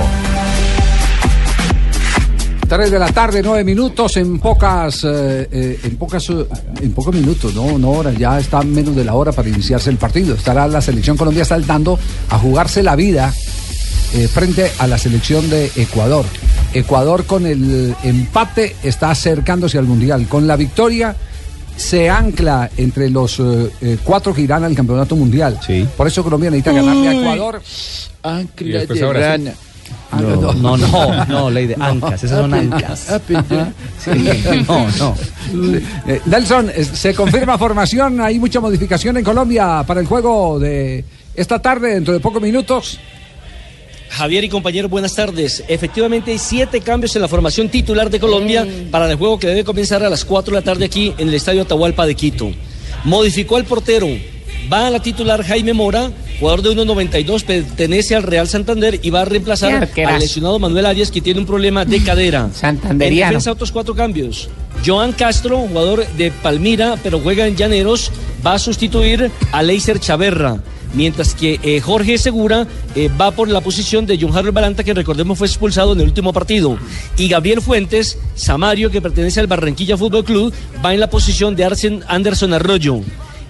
S6: 3 de la tarde, 9 minutos en pocas eh, eh, en pocas eh, en pocos minutos, no, no horas, ya está menos de la hora para iniciarse el partido. Estará la selección Colombia saltando a jugarse la vida eh, frente a la selección de Ecuador. Ecuador con el empate está acercándose al Mundial. Con la victoria se ancla entre los eh, eh, cuatro que irán al campeonato mundial. Por eso Colombia necesita ganarle a Ecuador.
S8: Y después de ahora sí. rana.
S15: Ah, No, no, no, no, ley de ancas, esas son ancas. ¿Ah?
S6: No, no. Eh, Nelson, eh, se confirma formación, hay mucha modificación en Colombia para el juego de esta tarde, dentro de pocos minutos.
S2: Javier y compañeros, buenas tardes. Efectivamente, hay siete cambios en la formación titular de Colombia para el juego que debe comenzar a las 4 de la tarde aquí en el Estadio Atahualpa de Quito. Modificó al portero. Va a la titular Jaime Mora, jugador de 1.92, pertenece al Real Santander y va a reemplazar
S8: Qué arquerazo.
S2: al lesionado Manuel Arias, que tiene un problema de cadera.
S8: Santanderiano.
S2: En defensa, otros cuatro cambios. Joan Castro, jugador de Palmira, pero juega en Llaneros, va a sustituir a Leiser Chaverra. Mientras que eh, Jorge Segura eh, va por la posición de John Harold Balanta, que recordemos fue expulsado en el último partido. Y Gabriel Fuentes, Samario, que pertenece al Barranquilla Fútbol Club, va en la posición de Arsen Anderson Arroyo.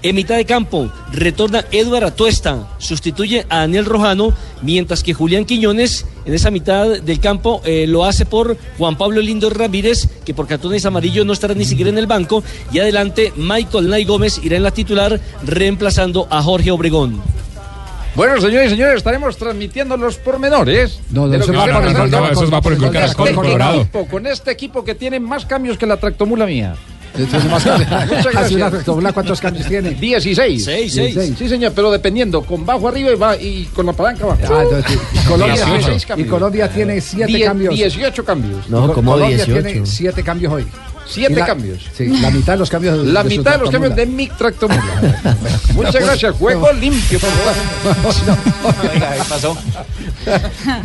S2: En mitad de campo retorna Eduardo Atuesta, sustituye a Daniel Rojano, mientras que Julián Quiñones en esa mitad del campo eh, lo hace por Juan Pablo Lindo Ramírez, que por cartones amarillos no estará ni siquiera en el banco, y adelante Michael Nay Gómez irá en la titular reemplazando a Jorge Obregón.
S7: Bueno, señores y señores, estaremos transmitiendo los pormenores.
S6: No,
S7: de lo
S6: eso
S7: que
S6: va
S7: hicieron
S6: por el
S7: los
S6: gol, no,
S7: Falcons.
S6: eso va por el gol Caracol,
S7: Con este
S6: Colorado.
S7: equipo, Con este equipo que tiene más cambios que la tractomula mía. Muchas
S6: Hace una
S7: gracias.
S6: rectobla, ¿Cuántos cambios tiene?
S7: 16.
S6: Seis, seis.
S7: Sí, señor, pero dependiendo, con bajo arriba y, va- y con la palanca abajo.
S6: Ah, entonces, y Colombia,
S7: Dieciocho.
S6: tiene-
S7: Seis
S6: y
S7: cambios.
S6: Colombia tiene siete
S7: Die-
S6: cambios.
S7: 18 cambios.
S6: Col- Colombia tiene
S7: 18.
S6: siete cambios hoy.
S7: Siete
S6: Y la-
S7: cambios.
S6: Sí, la mitad de los cambios.
S7: La
S6: su
S7: mitad de los
S6: tartamula.
S7: cambios de mi tractomula. Muchas gracias. Juego limpio, por favor.
S15: pasó?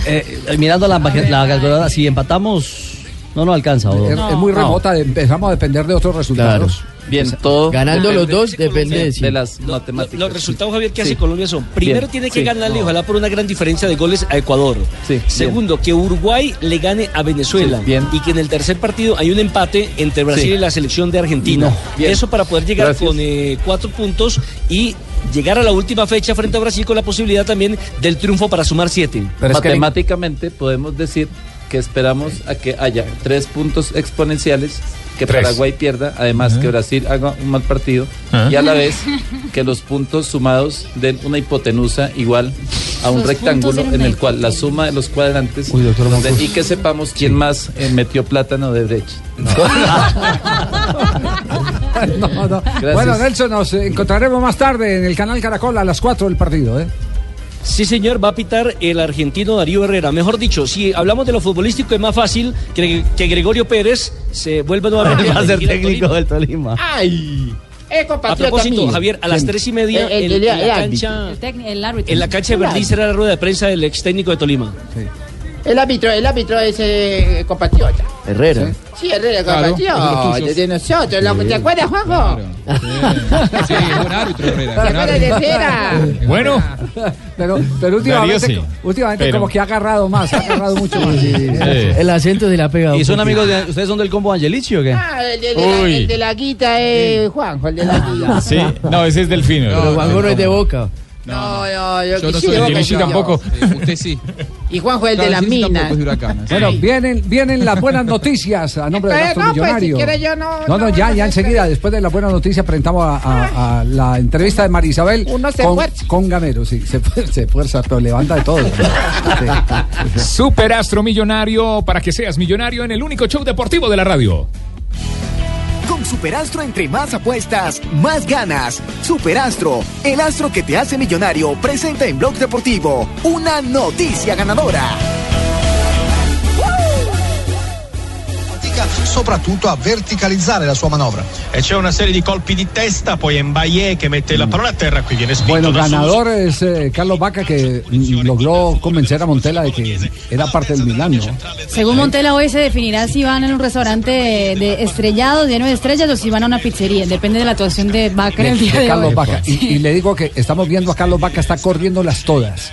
S15: Eh, mirando la, maje- la calculadora, si empatamos, no nos alcanza. ¿o?
S6: Es, es muy
S15: No.
S6: remota, de- empezamos a depender de otros resultados.
S2: Bien, todo.
S11: Ganando los dos depende
S2: de,
S11: de, sí.
S2: las matemáticas. Los resultados, Javier, que hace Colombia son: primero
S11: Bien.
S2: tiene que
S11: Sí.
S2: ganarle,
S11: No.
S2: ojalá por una gran diferencia de goles a Ecuador. Segundo, que Uruguay le gane a Venezuela.
S11: Sí. Bien.
S2: Y que en el tercer partido hay un empate entre Brasil
S11: Sí.
S2: y la selección de Argentina.
S11: No. Bien.
S2: Eso para poder llegar
S11: Gracias.
S2: con eh, cuatro puntos y llegar a la última fecha frente a Brasil con la posibilidad también del triunfo para sumar siete.
S4: Matemáticamente podemos decir que esperamos a que haya tres puntos exponenciales, que
S2: Tres.
S4: Paraguay pierda, además que Brasil haga un mal partido,
S2: Ah.
S27: Ajá.
S4: y a la vez que los puntos sumados den una hipotenusa igual a un
S27: Los puntos
S4: rectángulo
S27: eran
S4: en
S27: una
S4: el cual la suma de los cuadrantes nos den- y que sepamos quién más eh, metió plátano de brecha.
S6: No, no.
S4: Gracias.
S6: Bueno, Nelson, nos encontraremos más tarde en el canal Caracol a las 4 del partido. ¿eh?
S2: Sí, señor, va a pitar el argentino Darío Herrera. Mejor dicho, si hablamos de lo futbolístico, es más fácil que, que Gregorio Pérez se vuelva nuevamente
S15: Va a ser
S2: dirigir al
S15: técnico
S2: Tolima. Ah,
S15: del Tolima.
S2: ¡Ay!
S8: Eh,
S2: A
S8: compatriota
S2: propósito,
S8: mío.
S2: Javier, a las
S8: ¿Quién?
S2: tres y media
S8: El- el- el-
S2: en, en
S8: el
S2: la
S8: árbitro.
S2: cancha,
S8: El técnico- el árbitro.
S2: en la cancha de Berlín será la rueda de prensa del ex técnico de Tolima.
S8: El árbitro, el árbitro es eh, compatriota.
S2: Herrera.
S8: Sí, el árbitro
S2: Claro,
S8: compatriota.
S2: es de los tuyos.
S8: de nosotros. lo- ¿Te acuerdas, Juanjo? ¿Te acuerdas de Cera?
S6: Bueno, pero, pero últimamente,
S2: Darío sí,
S6: últimamente
S2: pero-
S6: como que ha agarrado más, ha agarrado mucho más.
S11: El acento de la pega.
S15: ¿Y son amigos de, ustedes son del combo Angelici o qué?
S8: Ah, el, de- el de la-
S15: Uy.
S8: el de la guita es Juanjo, el de la guita.
S13: Sí, no, ese es Delfino.
S11: Pero Juanjo no es de boca.
S8: No, no, yo,
S13: Yo no
S8: sí
S13: soy
S8: de
S13: el
S8: Boca,
S13: Jerichi
S8: yo.
S13: tampoco.
S28: Usted sí.
S8: Y Juanjo, el de las minas.
S6: Bueno, vienen, vienen las buenas noticias a nombre de
S8: Eh,
S6: Gastro
S8: no, pues si
S6: Millonario.
S8: quiere yo no.
S6: No, no, ya, ya enseguida, después de la buena noticia, presentamos a, a- a la entrevista de Marisabel
S8: Uno se
S6: con,
S8: esfuerza.
S6: con Gamero, sí, se, fuer- se fuerza, pero levanta de todo.
S9: Super Astro Millonario para que seas millonario en el único show deportivo de la radio.
S23: Con Superastro entre más apuestas, más ganas. Superastro, el astro que te hace millonario, presenta en Blog Deportivo una noticia ganadora.
S29: soprattutto a verticalizzare la sua manovra. E c'è una serie di colpi di testa, poi Mbaye che mette la parola a terra, qui viene spinto
S6: Mm. Bueno,
S29: da Suso.
S6: ganador es eh, Carlos Vaca que mm, logró convencer a Montela de que era parte del Milán, ¿no?
S24: Según Montela, hoy se definirá si van a un restaurante de, de estrellado, lleno de estrellas, o si van a una pizzería. Depende de la actuación de Vaca en
S6: de-
S24: el
S6: de
S24: día de
S6: Carlos
S24: hoy.
S6: Vaca. Y, y le digo que estamos viendo a Carlos Vaca, está corriéndolas todas.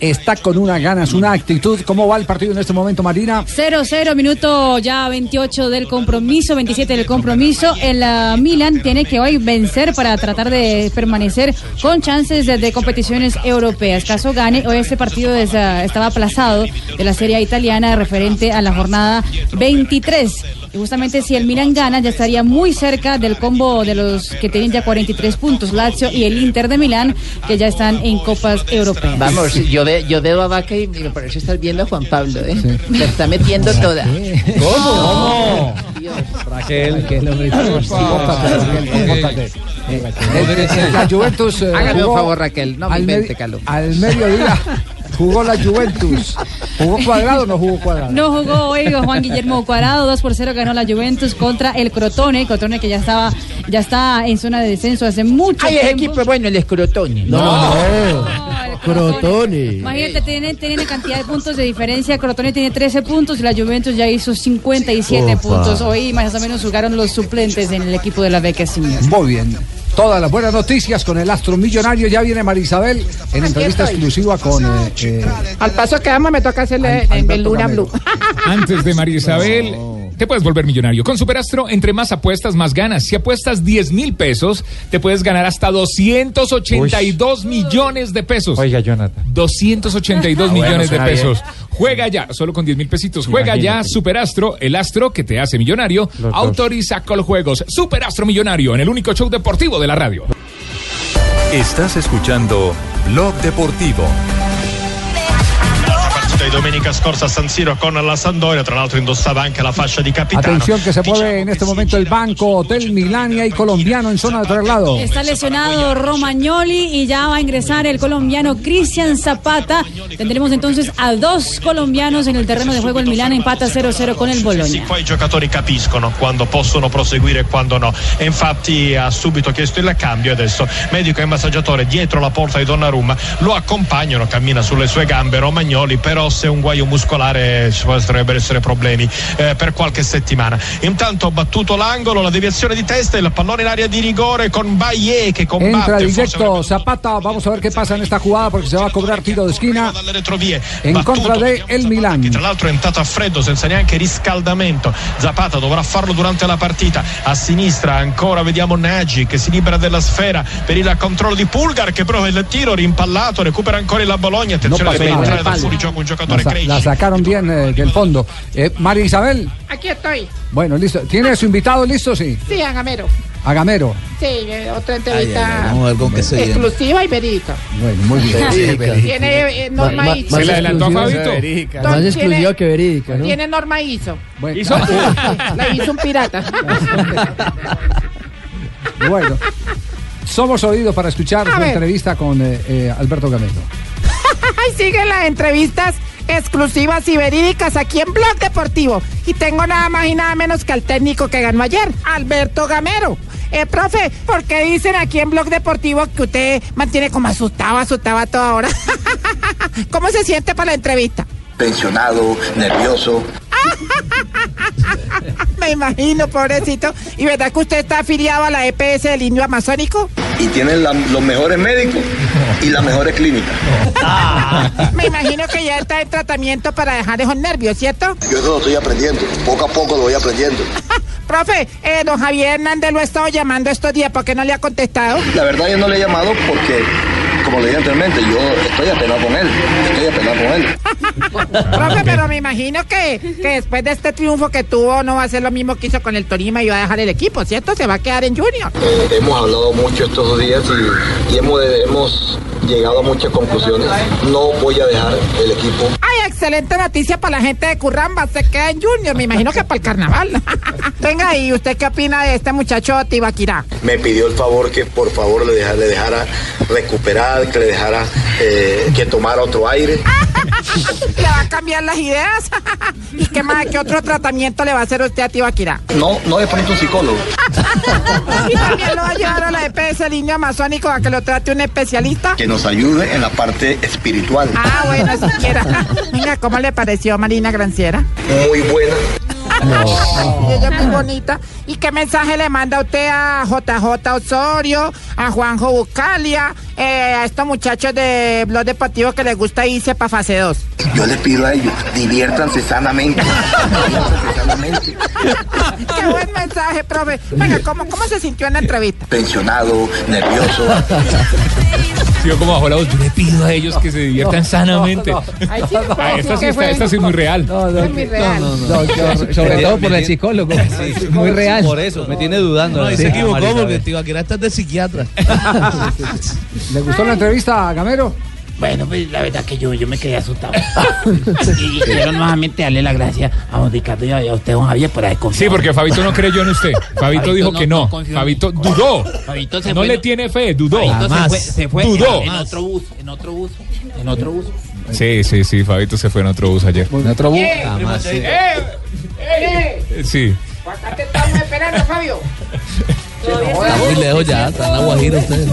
S6: Está con una ganas, una actitud. ¿Cómo va el partido en este momento, Marina?
S24: 0-0, minuto ya 28 del compromiso, 27 del compromiso. El ah, Milan tiene que hoy vencer para tratar de permanecer con chances de, de competiciones europeas. Caso gane, hoy este partido es, ah, estaba aplazado de la Serie A italiana referente a la jornada 23. Y justamente si el Milan gana, ya estaría muy cerca del combo de los que tienen ya 43 puntos, Lazio y el Inter de Milán, que ya están en Copas Europeas.
S8: Vamos, yo, ve- yo veo a Vaca y me parece estar viendo a Juan Pablo, ¿eh? La está metiendo toda.
S15: ¿Cómo? Raquel.
S6: La Juventus. eh,
S8: Hágame un
S6: jugó
S8: favor, Raquel. No me
S6: al,
S8: invente,
S6: medi-
S8: Caló.
S6: al mediodía jugó la Juventus. ¿Jugó cuadrado o no jugó cuadrado?
S24: No jugó hoy Juan Guillermo Cuadrado, 2 por 0 ganó la Juventus contra el Crotone, Crotone que ya estaba ya está en zona de descenso hace mucho
S8: Ay, ese
S24: tiempo.
S8: equipo es bueno, el Escrotone.
S11: No, no. Crotone.
S24: Imagínate, tienen, tienen la cantidad de puntos de diferencia. Crotone tiene 13 puntos y la Juventus ya hizo 57
S6: Opa.
S24: puntos. Hoy más o menos jugaron los suplentes en el equipo de la Beca Senior.
S6: Muy bien. Todas las buenas noticias con el astro millonario. Ya viene Marisabel en entrevista
S8: estoy.
S6: exclusiva con. eh, eh,
S8: Al paso que vamos, me toca hacerle el, Luna Blue.
S9: Antes de María Isabel, te puedes volver millonario. Con Superastro, entre más apuestas, más ganas. Si apuestas 10 mil pesos, te puedes ganar hasta 282 millones de pesos. Oiga, Jonathan. 282
S5: Ah, bueno,
S9: millones de
S5: suena bien.
S9: pesos. Juega ya, solo con 10 mil pesitos. Juega ya
S5: Imagínate.
S9: Superastro, el astro que te hace millonario.
S5: dos.
S9: Autoriza Coljuegos. Superastro Millonario, en el único show deportivo de la radio.
S1: Estás escuchando Blog Deportivo.
S29: partita di domenica scorsa a San Siro con la Sandoria, tra l'altro indossava anche la fascia di capitano.
S6: Atención que se mueve en este momento el banco del Milán y hay colombiano en zona de traslado.
S24: Está lesionado Romagnoli y ya va a ingresar el colombiano Cristian Zapata. Tendremos entonces a dos colombianos en el terreno de juego. El Milán empata 0-0 con el Bologna.
S29: Qua i giocatori capiscono quando possono proseguire e quando no. E infatti ha subito chiesto il cambio adesso medico e massaggiatore dietro la porta di Donnarumma lo accompagnano, cammina sulle sue gambe Romagnoli, però se è un guaio muscolare ci potrebbero essere problemi eh, per qualche settimana. Intanto ha battuto l'angolo, la deviazione di testa, il pallone in area di rigore con Baie che
S6: Entra
S29: combatte forse
S6: directo Zapata. Vamos a ver qué pasa en esta jugada porque se va a cobrar tiro de esquina
S29: dalle retrovie.
S6: en contra de el Milán.
S29: tra l'altro è entrato a freddo senza neanche riscaldamento. Zapata dovrà farlo durante la partita. A sinistra ancora vediamo Nagy che si libera della sfera per il controllo di Pulgar che prova il tiro rimpallato, recupera ancora la Bologna, attenzione
S6: passa
S29: deve
S6: nada.
S29: entrare da
S6: Palla.
S29: fuori gioco un
S6: La,
S29: giocatore
S6: sa-
S29: Cresci.
S6: la sacaron bien eh, del fondo. Eh, María Isabel,
S8: Aquí estoy.
S6: bueno, listo. ¿Tiene a su invitado listo? Sí.
S8: Sí, Agamero.
S6: Agamero.
S8: Sí, eh, otra entrevista
S6: vamos a ver con qué se viene.
S8: exclusiva y verídica.
S6: Bueno, muy bien.
S8: Tiene eh, Norma
S11: Ma- ma-
S8: ISO.
S11: más exclusiva-
S8: Don-
S11: Más
S8: tiene-
S11: exclusiva que verídica, ¿no?
S8: Tiene Norma ISO.
S6: ¿Hizo?
S8: La hizo un pirata.
S6: Bueno, somos oídos para escuchar
S8: A
S6: su
S8: ver.
S6: entrevista con eh, eh, Alberto Gamero.
S8: Ay, siguen las entrevistas exclusivas y verídicas aquí en Blog Deportivo. Y tengo nada más y nada menos que al técnico que ganó ayer, Alberto Gamero. Eh, profe, ¿por qué dicen aquí en Blog Deportivo que usted mantiene como asustado, asustado a toda hora? ¿Cómo se siente para la entrevista?
S23: Tensionado, nervioso.
S8: Me imagino, pobrecito. ¿Y verdad que usted está afiliado a la EPS del Indio Amazónico?
S23: Y tienen la- los mejores médicos y las mejores clínicas.
S8: Me imagino que ya está en tratamiento para dejar esos nervios, ¿cierto?
S23: Yo eso lo estoy aprendiendo. Poco a poco lo voy aprendiendo.
S8: Profe, eh, don Javier Hernández lo he estado llamando estos días porque no le ha contestado.
S23: La verdad yo no le he llamado porque, como le dije anteriormente, yo estoy apenado con él. Estoy apenado con él.
S8: Profe, pero me imagino que, que después de este triunfo que tuvo no va a ser lo mismo que hizo con el Torima y va a dejar el equipo, ¿cierto? Se va a quedar en Junior.
S23: Eh, hemos hablado mucho estos dos días y, y hemos, hemos llegado a muchas conclusiones. No voy a dejar el equipo.
S8: Ay, excelente noticia para la gente de Curramba, se queda en Junior, me imagino que para el carnaval. Venga, ahí, ¿usted qué opina de este muchacho Tibaquirá?
S23: Me pidió el favor que por favor le dejara, le dejara recuperar, que le dejara eh, que tomara otro aire.
S8: ¿Le va a cambiar las ideas? ¿Y qué más? ¿Qué otro tratamiento le va a hacer usted a Tibaquirá?
S23: No, no de pronto un psicólogo.
S8: Y también lo va a llevar a la E EPS del Indio Amazónico a que lo trate un especialista.
S23: Que nos ayude en la parte espiritual.
S8: Ah, bueno, siquiera. Venga, ¿cómo le pareció Marina Granciera?
S23: Muy buena.
S8: Y ella es muy bonita. ¿Y qué mensaje le manda usted a JJ Osorio, a Juanjo Bucalia, eh, a estos muchachos de Blog Deportivo que les gusta irse para fase 2?
S23: Yo les pido a ellos, diviértanse sanamente. Diviértanse sanamente.
S8: qué buen mensaje, profe. Venga, ¿cómo, ¿cómo se sintió en la entrevista?
S23: Tensionado, nervioso.
S9: Yo como bajo la voz, yo le pido a ellos que se diviertan
S6: no,
S9: sanamente.
S6: no, no. Ahí sí le puedo
S9: Ah,
S6: decir
S9: esta sí
S6: que
S9: está,
S6: fue-
S9: esta sí es muy real.
S6: no, Es muy no, real. no, Este no.
S15: Sobre todo por el
S30: psicólogo.
S15: Muy real. Por eso, me tiene dudando.
S10: No, y
S15: Sí.
S10: se equivocó
S15: Marisa.
S10: porque Tibaquirá está de psiquiatra.
S6: ¿Le gustó la entrevista a Gamero?
S7: Bueno, pues la verdad que yo, yo me quedé asustado. y quiero nuevamente darle la gracias a don Ricardo y a, a usted, don Javier, por haber confiado.
S9: Sí, porque Fabito no creyó en usted. Fabito
S7: Fabito
S9: dijo
S7: no-
S9: que no.
S7: no confió en
S9: Fabito dudó.
S7: Fabito se
S9: no
S7: fue,
S9: le
S7: no-
S9: tiene fe, dudó.
S7: Fabito se fue, se fue en-
S9: Dudó.
S7: En, otro bus, en otro bus, en otro
S10: Eh,
S7: bus.
S9: Sí, sí, sí, Fabito se fue en otro bus ayer. ¿En otro
S7: bus?
S9: Jamás, sí.
S8: eh,
S7: ¡Eh!
S9: Sí.
S7: Acá te estamos esperando, Fabio.
S10: Está muy lejos ya, está en la Guajira ustedes.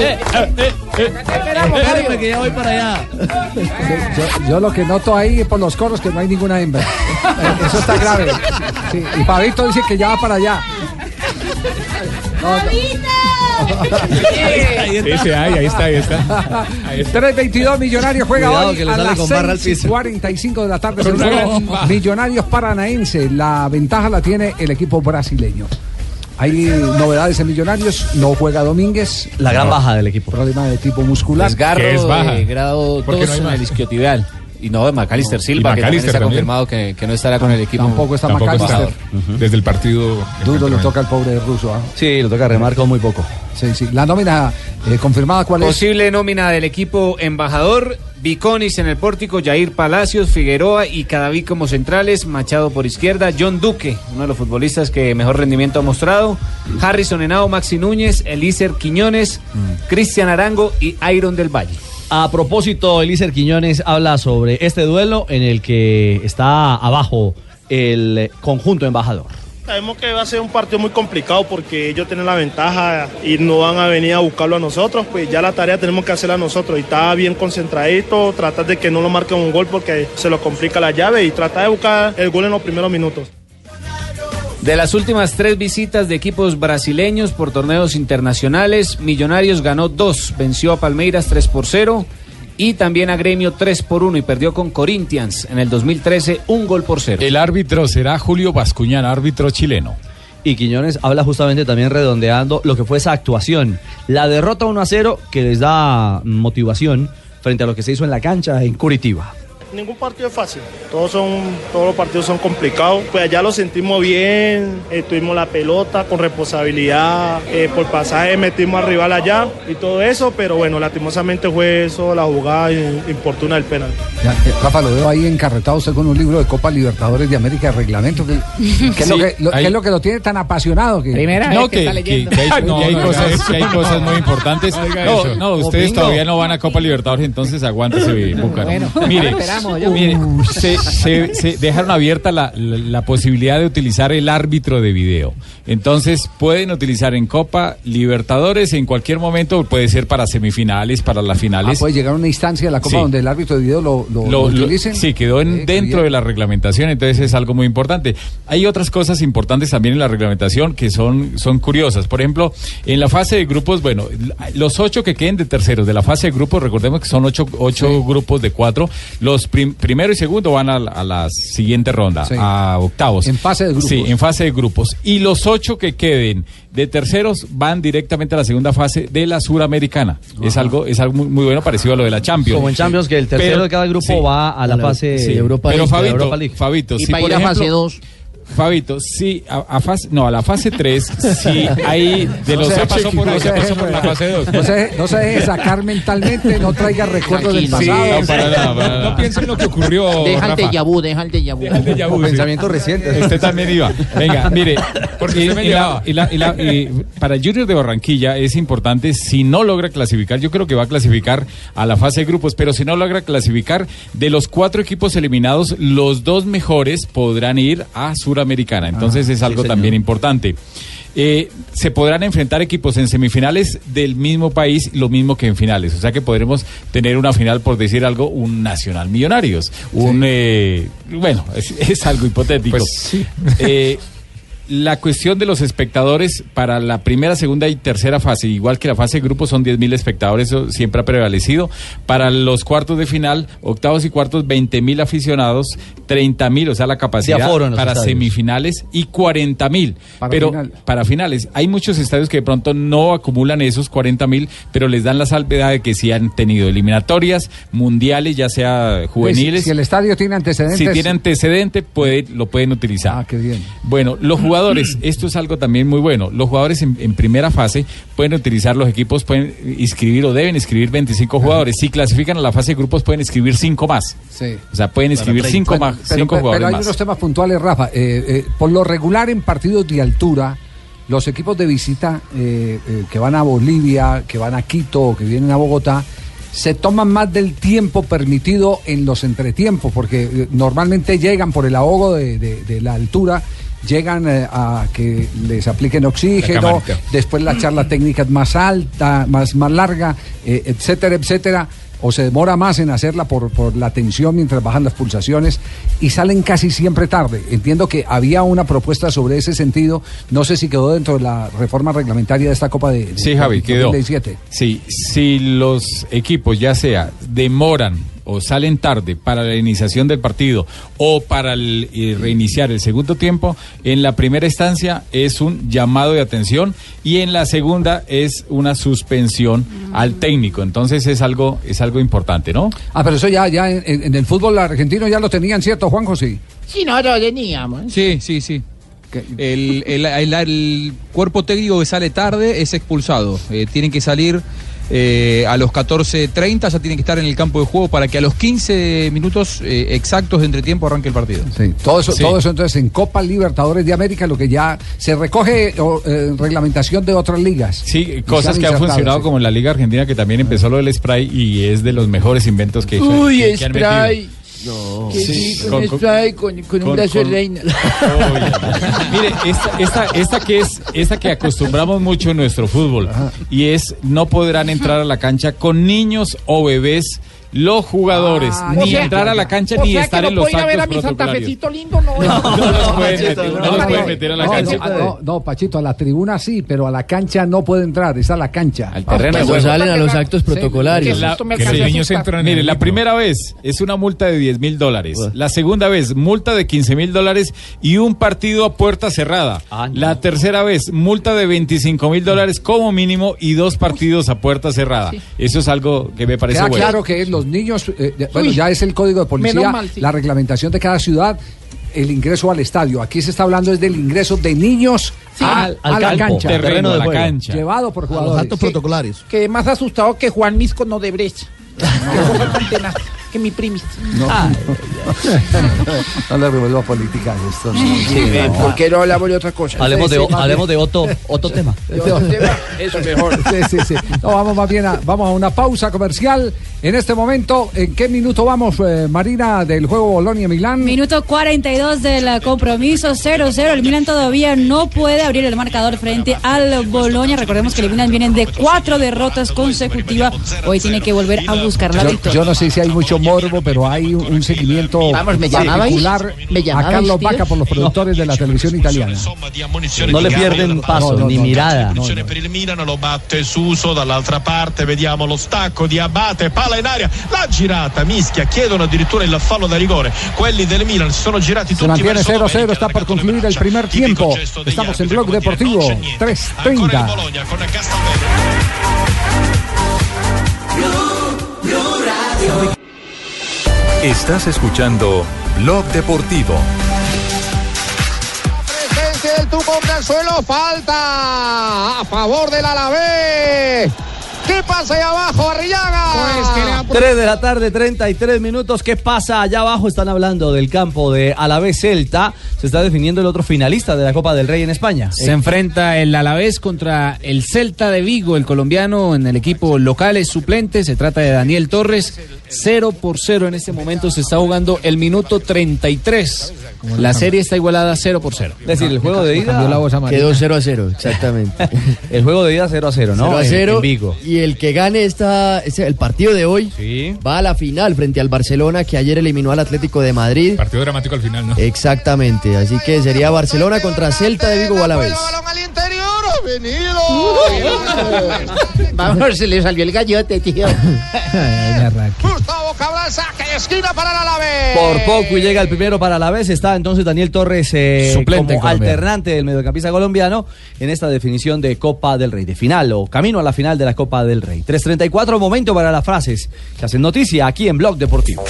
S8: Eh,
S10: eh,
S7: Espérame
S10: que ya voy para allá.
S6: Yo, yo lo que noto ahí por los coros que no hay ninguna hembra. Eh, Eso está grave. Sí, y Fabito dice que ya va para allá.
S9: Ese, ahí, ahí está, ahí está. Ahí está.
S6: 322 Millonarios juega
S9: Cuidado,
S6: hoy
S9: que le
S6: a
S9: sale
S6: las
S9: con barra al
S6: 6 y
S9: piso.
S6: 45 de la tarde.
S9: Con una
S6: Central.
S9: gran baja.
S6: Millonarios Paranaense. La ventaja la tiene el equipo brasileño. Hay novedades en Millonarios. No juega Domínguez.
S15: La gran
S6: No.
S15: baja del equipo.
S6: Problema de tipo muscular.
S19: Desgarro
S6: Que es baja.
S19: de grado
S6: ¿Por qué
S19: 2
S6: no hay
S19: en
S6: más?
S19: el isquiotibial. Y no de Macalister
S9: No.
S19: Silva,
S9: Y
S19: que también
S9: McAllister
S19: está
S9: también.
S19: confirmado que, que no estará con el equipo.
S6: Tampoco está Tampoco McAllister.
S9: Desde el partido.
S6: Duro le toca al pobre ruso. ¿ah?
S15: Sí, lo toca remar con muy poco.
S6: Sí, sí. La nómina eh, confirmada, ¿cuál es?
S31: Posible nómina del equipo embajador, Viconis en el pórtico, Jair Palacios, Figueroa y Cadaví como centrales, Machado por izquierda, John Duque, uno de los futbolistas que mejor rendimiento ha mostrado, Harrison Henao, Maxi Núñez, Elícer Quiñones, Cristian Arango y Iron del Valle.
S15: A propósito, Elícer Quiñones habla sobre este duelo en el que está abajo el conjunto embajador.
S31: Sabemos que va a ser un partido muy complicado porque ellos tienen la ventaja y no van a venir a buscarlo a nosotros, pues ya la tarea tenemos que hacerla nosotros y está bien concentradito, tratar de que no lo marquen un gol porque se lo complica la llave y tratar de buscar el gol en los primeros minutos. De las últimas tres visitas de equipos brasileños por torneos internacionales, Millonarios ganó dos, venció a Palmeiras 3 por 0 y también a Gremio 3 por 1 y perdió con Corinthians en el 2013 un gol por cero.
S13: El árbitro será Julio Bascuñán, árbitro chileno.
S15: Y Quiñones habla justamente también redondeando lo que fue esa actuación. La derrota 1 a 0 que les da motivación frente a lo que se hizo en la cancha en Curitiba.
S31: Ningún partido es fácil. Todos son, todos los partidos son complicados. Pues allá lo sentimos bien, eh, tuvimos la pelota con responsabilidad, eh, por pasaje metimos al rival allá y todo eso, pero bueno, lastimosamente fue eso la jugada in- importuna del penal.
S6: Ya, eh, Rafa, lo veo ahí encarretado usted con un libro de Copa Libertadores de América de reglamento. que- que es lo
S31: Sí,
S6: que, lo,
S31: ahí-
S6: que es lo que lo tiene tan apasionado? Que...
S13: no, que, que- que hay, que hay cosas, que hay cosas muy importantes.
S6: Oiga
S13: No,
S6: eso.
S13: no, ustedes
S6: Opingo.
S13: todavía no van a Copa Libertadores, entonces aguántese, Bucar.
S32: Lo
S13: Mire,
S32: esperamos, ya.
S13: mire, se, se- se dejaron abierta la, la- la posibilidad de utilizar el árbitro de video. Entonces, pueden utilizar en Copa Libertadores en cualquier momento, puede ser para semifinales, para las
S6: Ah,
S13: finales.
S6: puede llegar a una instancia de la Copa
S13: Sí.
S6: donde el árbitro de video lo, lo, lo
S13: Lo- lo-
S6: utilicen. eh,
S13: sí, quedó en- dentro de la reglamentación, entonces es algo muy importante. Hay otras cosas importantes también en la reglamentación que son, son curiosas. Por ejemplo, en la fase de grupos, bueno, l- los ocho que queden de terceros de la fase de grupos, recordemos que son ocho, ocho grupos de cuatro, los prim- primero y segundo van a, la- a la siguiente ronda,
S6: Sí.
S13: a octavos.
S6: En fase de grupos.
S13: Sí, en fase de grupos. Y los ocho que queden de terceros van directamente a la segunda fase de la Suramericana. Es algo, es algo muy, muy bueno, parecido a lo de la Champions.
S15: Como en Champions, que el tercero de cada grupo va a la fase de Europa
S13: Pero
S15: League, de
S13: Fabito,
S15: Europa League.
S13: Fabito,
S15: Y
S13: si
S15: para
S13: por
S15: ir a
S13: ejemplo,
S15: fase dos.
S13: Fabito, sí, a, a fase, no, a la fase 3, sí, ahí de
S6: No
S13: los
S6: se
S13: ocho
S6: pasó
S13: equipos-
S6: por ahí, se pasó por la fase No se, no se deje sacar mentalmente, no traiga recuerdos del
S13: Sí,
S6: pasado.
S13: no, para nada, para nada.
S9: piensen lo que ocurrió.
S7: Deja el
S13: Rafa.
S7: déjà vu, deja el déjà vu.
S13: El déjà vu, sí. Usted también iba. Venga, mire. Porque
S7: usted me llevaba.
S13: para el Junior de Barranquilla es importante, si no logra clasificar, yo creo que va a clasificar a la fase de grupos, pero si no logra clasificar, de los cuatro equipos eliminados, los dos mejores podrán ir a Suramericana. Entonces
S33: Ah,
S13: es
S33: sí,
S13: algo
S33: señor.
S13: también importante. Eh, se podrán enfrentar equipos en semifinales del mismo país, lo mismo que en finales. O sea que podremos tener una final, por decir algo, un Nacional Millonarios. Un, eh, bueno, es, es algo hipotético. Eh, la cuestión de los espectadores para la primera, segunda y tercera fase, igual que la fase de grupo, son 10.000 espectadores, eso siempre ha prevalecido. Para los cuartos de final, octavos y cuartos, 20.000 aficionados, 30.000, o sea, la capacidad
S15: De aforo en los
S13: para
S15: estadios.
S13: semifinales y 40.000.
S15: Para
S13: Pero
S15: final.
S13: para finales, hay muchos estadios que de pronto no acumulan esos 40.000, pero les dan la salvedad de que sí han tenido eliminatorias, mundiales, ya sea juveniles.
S6: Si, si el estadio tiene antecedentes. Ah,
S13: Si tiene antecedente, puede, lo pueden utilizar. Bueno, los jugadores, esto es algo también muy bueno. Los jugadores en, en primera fase pueden utilizar los equipos, pueden inscribir o deben inscribir 25 jugadores. Si clasifican a la fase de grupos, pueden inscribir 5 más.
S6: Sí.
S13: O sea, pueden inscribir 5
S6: Bueno,
S13: más,
S6: pero-
S13: cinco
S6: pero,
S13: jugadores
S6: hay
S13: más.
S6: unos temas puntuales, Rafa. Eh, eh, por lo regular en partidos de altura, los equipos de visita eh, eh, que van a Bolivia, que van a Quito, o que vienen a Bogotá, se toman más del tiempo permitido en los entretiempos, porque eh, normalmente llegan por el ahogo de, de- de la altura. Llegan eh, a que les apliquen oxígeno,
S20: camarita.
S6: después la charla técnica es más alta, más, más larga, eh, etcétera, etcétera, o se demora más en hacerla por, por la tensión mientras bajan las pulsaciones y salen casi siempre tarde. Entiendo que había una propuesta sobre ese sentido, no sé si quedó dentro de la reforma reglamentaria de esta Copa de, de-
S13: Sí, Javi, quedó.
S6: 2017.
S13: Sí, si los equipos, ya sea demoran o salen tarde para la iniciación del partido o para el, eh, reiniciar el segundo tiempo, en la primera instancia es un llamado de atención y en la segunda es una suspensión al técnico. Entonces es algo, es algo importante, ¿no?
S6: Mm. Ah, pero eso ya, ya en, en- en el fútbol argentino ya lo tenían, ¿cierto, Juan José?
S8: Si no, lo teníamos. ¿eh?
S16: Sí, sí, sí. El, el- el- el cuerpo técnico que sale tarde es expulsado. Eh, tienen que salir eh, a los 14.30, ya tienen que estar en el campo de juego para que a los 15 minutos eh, exactos de entretiempo arranque el partido.
S6: Sí, Todo eso,
S16: Sí.
S6: todo eso entonces en Copa Libertadores de América, lo que ya se recoge o, eh, reglamentación de otras ligas.
S13: Sí,
S6: Y se
S13: cosas que han
S6: insertado,
S13: funcionado
S6: sí.
S13: como en la Liga Argentina que también empezó lo del spray y es de los mejores inventos que,
S19: Uy,
S13: que- que han metido.
S7: Oh.
S19: spray.
S6: Oh.
S13: No.
S19: Que sí,
S13: Sí,
S19: con,
S13: con- con-
S19: spray, con, con un
S13: con-
S19: brazo
S13: con-
S19: de reina.
S13: Mire, esta, esta, esta que es, esta que acostumbramos mucho en nuestro fútbol, y es no podrán entrar a la cancha con niños o bebés los jugadores,
S8: Ah,
S13: ni
S8: o sea-
S13: entrar a la cancha
S8: o
S13: ni
S8: sea que
S13: estar
S8: no
S13: en los
S8: puedo ir a ver a
S13: actos
S8: mi Santa
S13: protocolarios.
S8: Fecito lindo, no.
S13: No, no los pueden meter, no los pueden meter a la
S6: No,
S13: cancha.
S6: no, ah, no, no, Pachito, a la tribuna sí, pero a la cancha no puede entrar, es a la cancha. Ah, pues, Al
S13: terreno de juego.
S11: salen a los actos protocolarios.
S13: La- que los niños entran en Mire, la primera vez es una multa de 10 mil dólares. La segunda vez, multa de 15 mil dólares y un partido a puerta cerrada.
S6: Ah,
S13: La tercera vez, multa de 25 mil dólares como mínimo y dos partidos a puerta cerrada. Eso es algo que me parece
S6: Queda
S13: bueno.
S6: claro que los niños, eh, ya- bueno,
S13: Uy.
S6: ya es el código de policía,
S13: Menos mal, sí.
S6: la reglamentación de cada ciudad, el ingreso al estadio. Aquí se está hablando es del ingreso de niños
S8: Sí,
S6: a,
S8: al-
S6: a
S8: al
S6: la
S8: campo,
S6: cancha.
S8: terreno Terreno de de la juego.
S13: cancha.
S6: Llevado
S8: A
S6: por
S8: los
S6: jugadores.
S8: actos protocolarios. Quedé más asustado que Juan Misco no de brecha. que mi primis.
S6: No,
S8: Ah,
S6: no le revuelvo a política a esto. no.
S19: Eh, ¿Por qué no hablamos de otra cosa?
S15: Hablemos de,
S6: Sí, sí, más
S15: hablemos de
S6: bien.
S15: otro, otro tema.
S19: Eso mejor.
S6: Sí, sí, sí. No, vamos más bien a, vamos a una pausa comercial. En este momento, ¿en qué minuto vamos, eh, Marina, del juego Bolonia-Milán?
S24: Minuto 42 del compromiso 0-0. El Milan todavía no puede abrir el marcador frente al Boloña. Recordemos que el Milan viene de cuatro derrotas consecutivas. Hoy tiene que volver a buscar la
S6: Yo,
S24: victoria.
S6: yo no sé si hay mucho morbo, pero hay un un seguimiento
S19: Vamos, ¿me llamabais?
S6: particular
S19: ¿Me
S6: a
S19: llamabais,
S6: Carlos
S19: tío?
S6: Vaca por los productores de la televisión italiana.
S29: No le pierden paso,
S6: No, no,
S29: ni
S6: no.
S29: mirada.
S6: No, no.
S29: Per il Milan lo batte Suso dall'altra parte, vediamo lo stacco di Abate, pala in aria, la girata, mischia, chiedono addirittura il fallo da rigore. Quelli del Milan si sono girati
S6: Se
S29: tutti
S6: mantiene
S29: verso
S6: 0-0, está por concluir el primer tiempo. Estamos en Blog Deportivo, 3.30.
S29: Bologna con
S1: Estás escuchando Blog Deportivo.
S12: presencia del Tucón Brazuelo, falta a favor del Alavés. ¿Qué pasa ahí abajo, Arrillaga? Pues que le
S15: 3 de la tarde, 33 minutos. ¿Qué pasa allá abajo? Están hablando del campo de Alavés Celta. Se está definiendo el otro finalista de la Copa del Rey en España.
S19: Se enfrenta el Alavés contra el Celta de Vigo, el colombiano en el equipo local es suplente, se trata de Daniel Torres, 0 por 0 en este momento se está jugando el minuto 33. La serie está igualada 0 por 0.
S15: Es decir, el juego de ida
S19: Cambió la voz a Marina.
S11: Quedó 0 a 0, exactamente.
S15: El juego de ida 0 a 0, ¿no?
S11: 0 a
S15: En-
S11: 0.
S15: en Vigo.
S11: Y y el que gane esta, este- el partido de hoy va a la final frente al Barcelona que ayer eliminó al Atlético de Madrid.
S9: Partido dramático al final, ¿no?
S11: Exactamente, así que sería Barcelona contra Celta de Vigo o a la vez.
S12: Vamos, se le salió el gallote, tío. Gustavo Cabral, saque de esquina para el Alavés.
S15: Por poco y llega el primero para la vez. Está entonces Daniel Torres eh,
S11: Suplente
S15: como
S11: colombiano.
S15: alternante del mediocampista colombiano en esta definición de Copa del Rey, de final o camino a la final de la Copa del Rey. 3.34, momento para las frases que hacen noticia aquí en Blog Deportivo.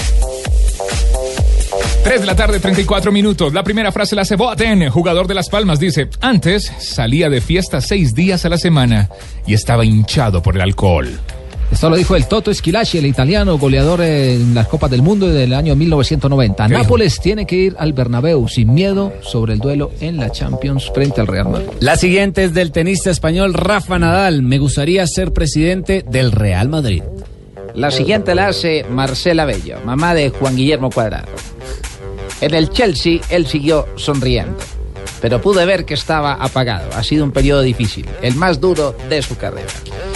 S9: 3 de la tarde, 34 minutos. La primera frase la hace Boateng, jugador de Las Palmas. Dice, antes salía de fiesta seis días a la semana y estaba hinchado por el alcohol.
S20: Esto lo dijo el Toto Esquilache, el italiano goleador en las Copas del Mundo del año 1990.
S9: ¿Qué dijo?
S20: Nápoles tiene que ir al Bernabéu sin miedo sobre el duelo en la Champions frente al Real Madrid.
S19: La siguiente es del tenista español Rafa Nadal. Me gustaría ser presidente del Real Madrid.
S7: La siguiente la hace Marcela Bello, mamá de Juan Guillermo Cuadrado. En el Chelsea él siguió sonriendo, pero pude ver que estaba apagado. Ha sido un periodo difícil, el más duro de su carrera.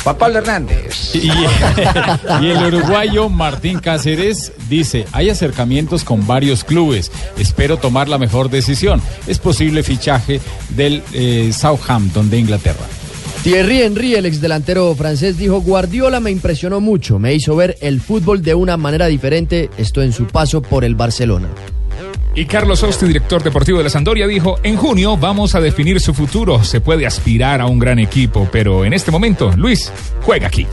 S7: Juan Pablo Hernández.
S13: Y, y el uruguayo Martín Cáceres dice, hay acercamientos con varios clubes, espero tomar la mejor decisión. Es posible fichaje del eh, Southampton de Inglaterra.
S11: Thierry Henry, el exdelantero francés, dijo, Guardiola me impresionó mucho, me hizo ver el fútbol de una manera diferente, esto en su paso por el Barcelona.
S9: Y Carlos Austi, director deportivo de la Sandoria, dijo, en junio vamos a definir su futuro. Se puede aspirar a un gran equipo, pero en este momento, Luis, juega aquí.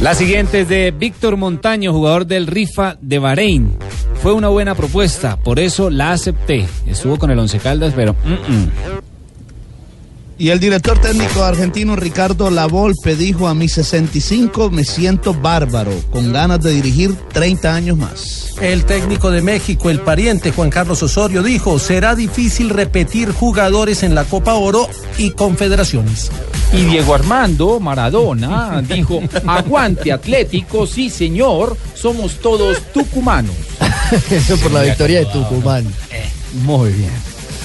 S19: La siguiente es de Víctor Montaño, jugador del Rifa de Bahrein. Fue una buena propuesta, por eso la acepté. Estuvo con el Once Caldas, pero... mm, mm.
S10: Y el director técnico argentino Ricardo Lavolpe dijo a mis 65 me siento bárbaro, con ganas de dirigir 30 años más.
S4: El técnico de México, el pariente Juan Carlos Osorio, dijo, será difícil repetir jugadores en la Copa Oro y Confederaciones.
S17: Y Diego Armando Maradona dijo, aguante Atlético, sí señor, somos todos tucumanos.
S11: Eso por la victoria de Tucumán.
S15: Muy bien.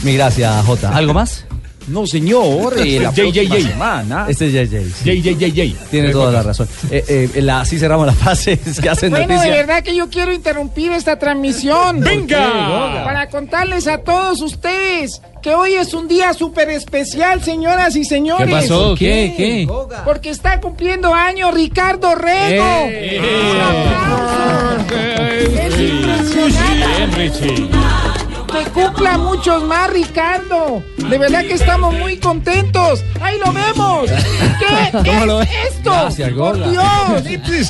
S15: Mi gracias, Jota. Eh. ¿Algo más?
S17: No señor, eh, la
S15: Yay, yay,
S17: próxima
S15: yay.
S17: semana.
S15: Este es JJ.
S17: Yay, yay, yay, yay.
S15: Tiene
S17: Tres
S15: toda la
S17: votos.
S15: razón. Eh, eh, la- así cerramos las frases que hacen
S8: Bueno, de
S15: noticia.
S8: verdad que yo quiero interrumpir esta transmisión.
S15: ¡Venga! ¿Por qué, Goga?
S8: Para contarles a todos ustedes que hoy es un día súper especial, señoras y señores.
S19: ¿Qué pasó? ¿Por qué? ¿Qué? ¿Qué?
S8: Porque está cumpliendo año Ricardo Rego.
S15: Eh.
S8: Que cumpla muchos más, Ricardo. De verdad que estamos muy contentos. Ahí lo vemos. ¿Qué
S12: ¿Cómo
S8: es
S12: lo ve?
S8: esto?
S12: Gracias, Goga.
S8: Por Dios.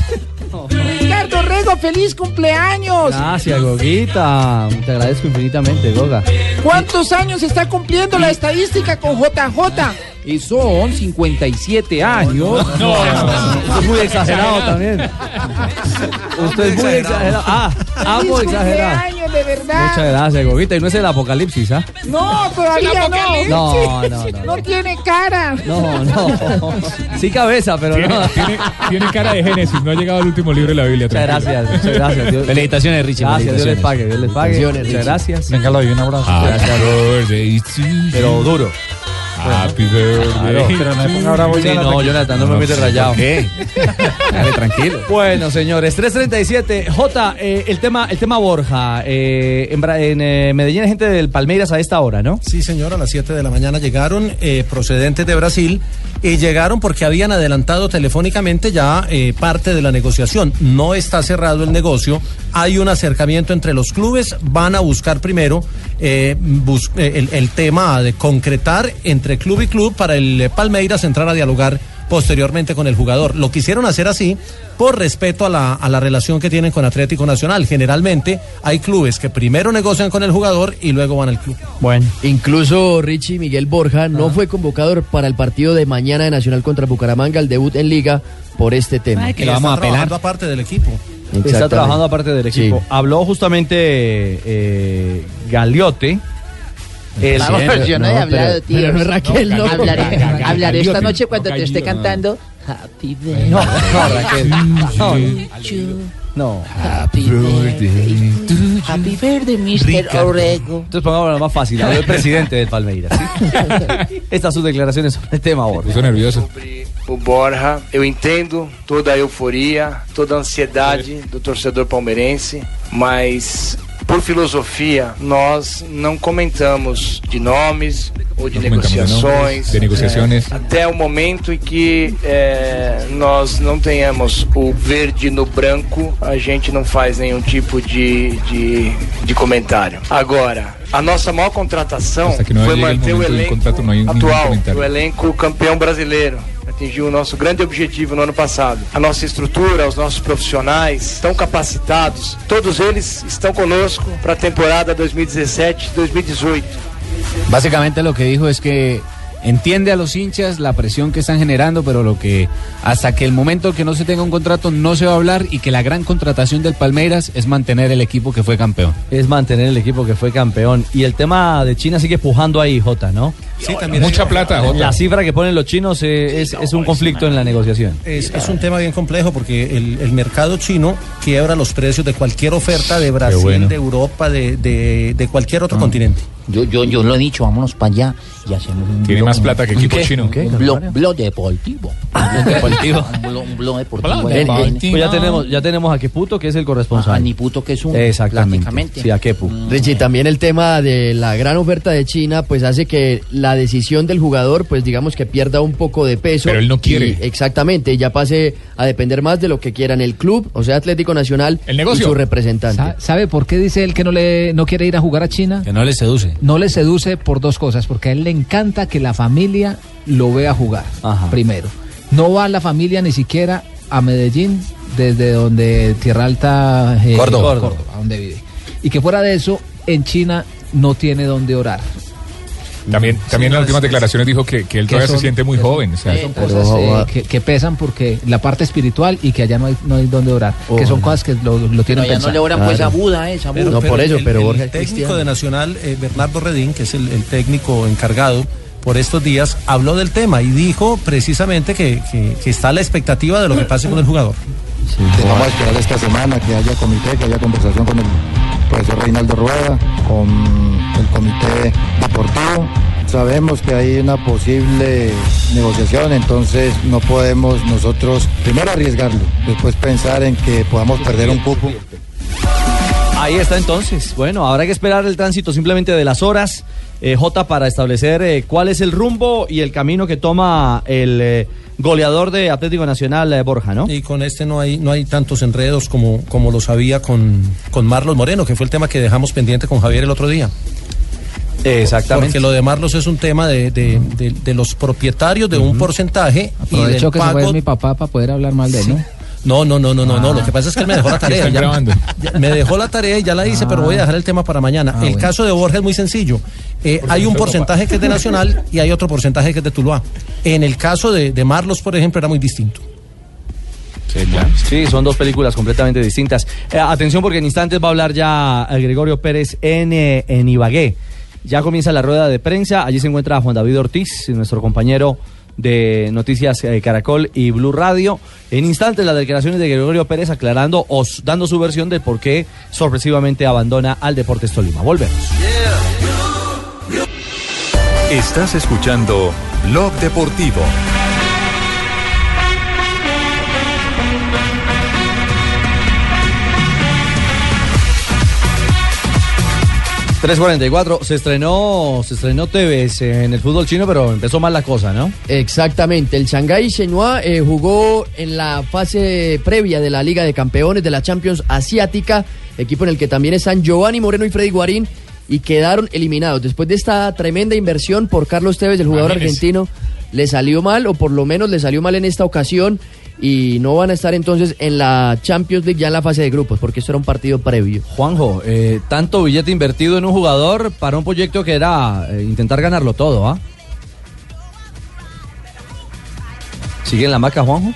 S8: Ricardo Rego, feliz cumpleaños.
S15: Gracias, Goguita. Te agradezco infinitamente, Goga.
S8: ¿Cuántos años está cumpliendo la estadística con JJ?
S17: Y son 57 años.
S15: Es muy exagerado también. Usted es muy exagerado. Ah, amo
S8: Feliz
S15: exagerar.
S8: cumpleaños, de verdad.
S15: Muchas gracias, Goguita. Y no es el apocalipsis, ¿ah?
S8: No,
S12: ¿El
S8: todavía no.
S12: apocalipsis?
S15: No, no, no.
S8: No tiene cara.
S15: No, no. Sí cabeza, pero
S9: Tiene,
S15: no.
S9: tiene- tiene cara de Génesis, no ha llegado al último libro de la Biblia.
S15: Muchas
S9: tranquilo.
S15: gracias, muchas gracias. Dios-
S19: Felicitaciones, Richie,
S15: Gracias, Dios les
S19: felicitaciones.
S15: pague, Dios les pague.
S19: Felicitaciones,
S15: Muchas
S19: Richie.
S15: gracias.
S19: Véngalo ahí, un abrazo.
S15: Gracias. Pero duro.
S9: Happy birthday.
S15: Claro.
S19: Pero no me ponga bravo,
S15: Sí,
S19: Jonathan,
S15: no,
S19: que-
S15: Jonathan, no me
S19: No,
S15: metes
S19: ¿por
S15: rayado.
S19: qué?
S15: Dale, tranquilo. Bueno, señores, 3.37. J, eh, el, tema, el tema Borja. eh, en, Bra- en, eh, Medellín hay gente del Palmeiras a esta hora, ¿no?
S4: Sí, señor, a las 7 de la mañana llegaron eh, procedentes de Brasil y llegaron porque habían adelantado telefónicamente ya eh, parte de la negociación. No está cerrado el negocio, hay un acercamiento entre los clubes, van a buscar primero eh, bus- eh, el, el tema de concretar entre club y club para el eh, Palmeiras entrar a dialogar posteriormente con el jugador. Lo quisieron hacer así por respeto a la, a la relación que tienen con Atlético Nacional. Generalmente hay clubes que primero negocian con el jugador y luego van al club.
S15: Bueno.
S11: Incluso Richie Miguel Borja no fue convocado para el partido de mañana de Nacional contra Bucaramanga, el debut en liga, por este tema.
S4: Ay, está trabajando aparte del equipo.
S15: Está trabajando aparte del equipo. Habló justamente eh, Galiote. El-
S7: Vamos, yo no, he
S15: pero-
S7: hablado, tío.
S15: pero no es Raquel, no.
S7: Hablaré,
S15: Ga- ga-
S7: hablaré esta
S15: Gagliotti.
S7: noche cuando
S15: No,
S7: te esté
S15: Gagliotti.
S7: cantando Happy Birthday.
S15: No, Raquel.
S7: to
S15: No.
S2: Happy birthday. Happy birthday, Mr. Orego.
S15: Entonces pongámoslo más fácil, habló el presidente del Palmeiras. Estas sus declaraciones sobre el tema, Borja. Estoy
S19: nervioso.
S2: O Borja, eu entendo toda a euforia, toda a ansiedade do torcedor palmeirense, mas por filosofia nós não comentamos de nomes ou de
S9: Não comentamos de
S2: negociações.
S9: nomes, de negociações.
S2: é, até o momento em que é, nós não tenhamos o verde no branco, a gente não faz nenhum tipo de, de, de comentário. Agora, a nossa maior contratação
S9: Hasta que no
S2: foi
S9: llegue el
S2: manter o
S9: momento del
S2: elenco
S9: contrato no hay ningún
S2: atual,
S9: comentario.
S2: o elenco campeão brasileiro. Atingiu o nosso grande objetivo no ano passado. A nossa estrutura, os nossos profissionais estão capacitados. Todos eles estão conosco para a temporada 2017-2018.
S19: Básicamente lo que dijo es que entiende a los hinchas la presión que están generando, pero lo que hasta que el momento que no se tenga un contrato no se va a hablar y que la gran contratación del Palmeiras es mantener el equipo que fue campeón.
S15: Es mantener el equipo que fue campeón. Y el tema de China sigue pujando ahí, Jota, ¿no?
S4: Sí, también hay- Mucha plata, Jota.
S15: La cifra que ponen los chinos eh, es, es un conflicto en la negociación.
S4: Es, es un tema bien complejo porque el, el mercado chino quiebra los precios de cualquier oferta de Brasil,
S2: bueno.
S4: de Europa, de, de- de cualquier otro continente.
S2: Ah. Yo, yo, yo lo he dicho, vámonos para allá y hacemos un.
S4: Tiene más plata que
S2: un
S4: equipo
S2: qué?
S4: chino.
S2: Un qué, blog, blog deportivo. Un blog deportivo. un blog, un blog deportivo.
S15: Pues ya tenemos, ya tenemos a Keputo, que es el corresponsal.
S2: Ni puto que es un. Mm.
S15: Exactamente.
S2: prácticamente.
S15: Sí, a Kepu.
S11: Richie, también el tema de la gran oferta de China, pues hace que la decisión del jugador, pues digamos que pierda un poco de peso.
S9: Pero él no quiere.
S11: Y- exactamente, y ya pase a depender más de lo que quieran el club, o sea, Atlético Nacional y su representante.
S20: Sa- ¿Sabe por qué dice él que no le no quiere ir a jugar a China?
S19: Que no le seduce.
S20: No le seduce por dos cosas, porque a él le encanta que la familia lo vea jugar. Primero, no va la familia ni siquiera a Medellín desde donde Tierra Alta eh,
S19: Córdoba.
S20: Córdoba, donde vive. Y que fuera de eso, en China no tiene donde orar.
S9: También, también en
S20: no,
S9: las últimas
S20: es-
S9: declaraciones dijo que, que él todavía
S20: son-
S9: se siente muy
S20: que son-
S9: joven. o sea,
S20: que son cosas, eh, que, que pesan porque la parte espiritual y que allá no hay, no hay donde orar. que son cosas que lo, lo tienen
S2: allá no
S20: pensado.
S2: le oran, pues, a Buda, eh, a Buda. No, por eso,
S4: el-
S2: pero
S4: el
S2: Borja es
S4: técnico
S2: cristiano.
S4: de Nacional, eh, Bernardo Redín, que es el, el técnico encargado por estos días, habló del tema y dijo precisamente que, que- que está a la expectativa de lo que pase con el jugador.
S14: Vamos a esperar esta semana que haya comité, que haya conversación con el profesor Reinaldo Rueda, con el comité deportivo. Sabemos que hay una posible negociación, entonces no podemos nosotros primero arriesgarlo, después pensar en que podamos perder un cupo.
S15: Ahí está entonces. Bueno, habrá que esperar el tránsito simplemente de las horas, eh, J, para establecer eh, cuál es el rumbo y el camino que toma el eh, goleador de Atlético Nacional, eh, Borja, ¿no?
S4: Y con este no hay, no hay tantos enredos como, como los había con, con Marlos Moreno, que fue el tema que dejamos pendiente con Javier el otro día.
S15: Exactamente.
S4: Porque lo de Marlos es un tema de, de- de- de los propietarios de un porcentaje y
S20: Aprovecho
S4: del
S20: que se fue
S4: pago.
S20: mi papá para poder hablar mal de él, ¿no?
S4: No, no, no, no, no, no. Lo que pasa es Ah. que él me dejó la tarea.
S20: Están
S4: ya-
S20: grabando.
S4: ya- me dejó la tarea y ya la hice, pero voy a dejar el tema para mañana. el caso de Borja es muy sencillo. Eh, hay un porcentaje que es de Nacional y hay otro porcentaje que es de Tuluá. En el caso de, de Marlos, por ejemplo, era muy distinto.
S15: Sí, son dos películas completamente distintas. Eh, atención porque en instantes va a hablar ya eh, Gregorio Pérez en, eh, en Ibagué. Ya comienza la rueda de prensa. Allí se encuentra Juan David Ortiz, nuestro compañero de Noticias eh, Caracol y Blue Radio. En instantes las declaraciones de Gregorio Pérez aclarando o s- dando su versión de por qué sorpresivamente abandona al Deportes Tolima. Volvemos.
S1: Estás escuchando Blog Deportivo.
S15: tres 3.44, se estrenó, se estrenó Tevez en el fútbol chino, pero empezó mal la cosa, ¿no?
S11: Exactamente, el Shanghái Shenhua eh, jugó en la fase previa de la Liga de Campeones de la Champions Asiática, equipo en el que también están Giovanni Moreno y Freddy Guarín y quedaron eliminados. Después de esta tremenda inversión por Carlos Tevez, el jugador
S18: Imagínese.
S11: argentino, le salió mal o por lo menos le salió mal en esta ocasión y no van a estar entonces en la Champions League ya en la fase de grupos porque esto era un partido previo.
S15: Juanjo, eh, tanto billete invertido en un jugador para un proyecto que era eh, intentar ganarlo todo, ¿ah? ¿Sigue en la maca, Juanjo?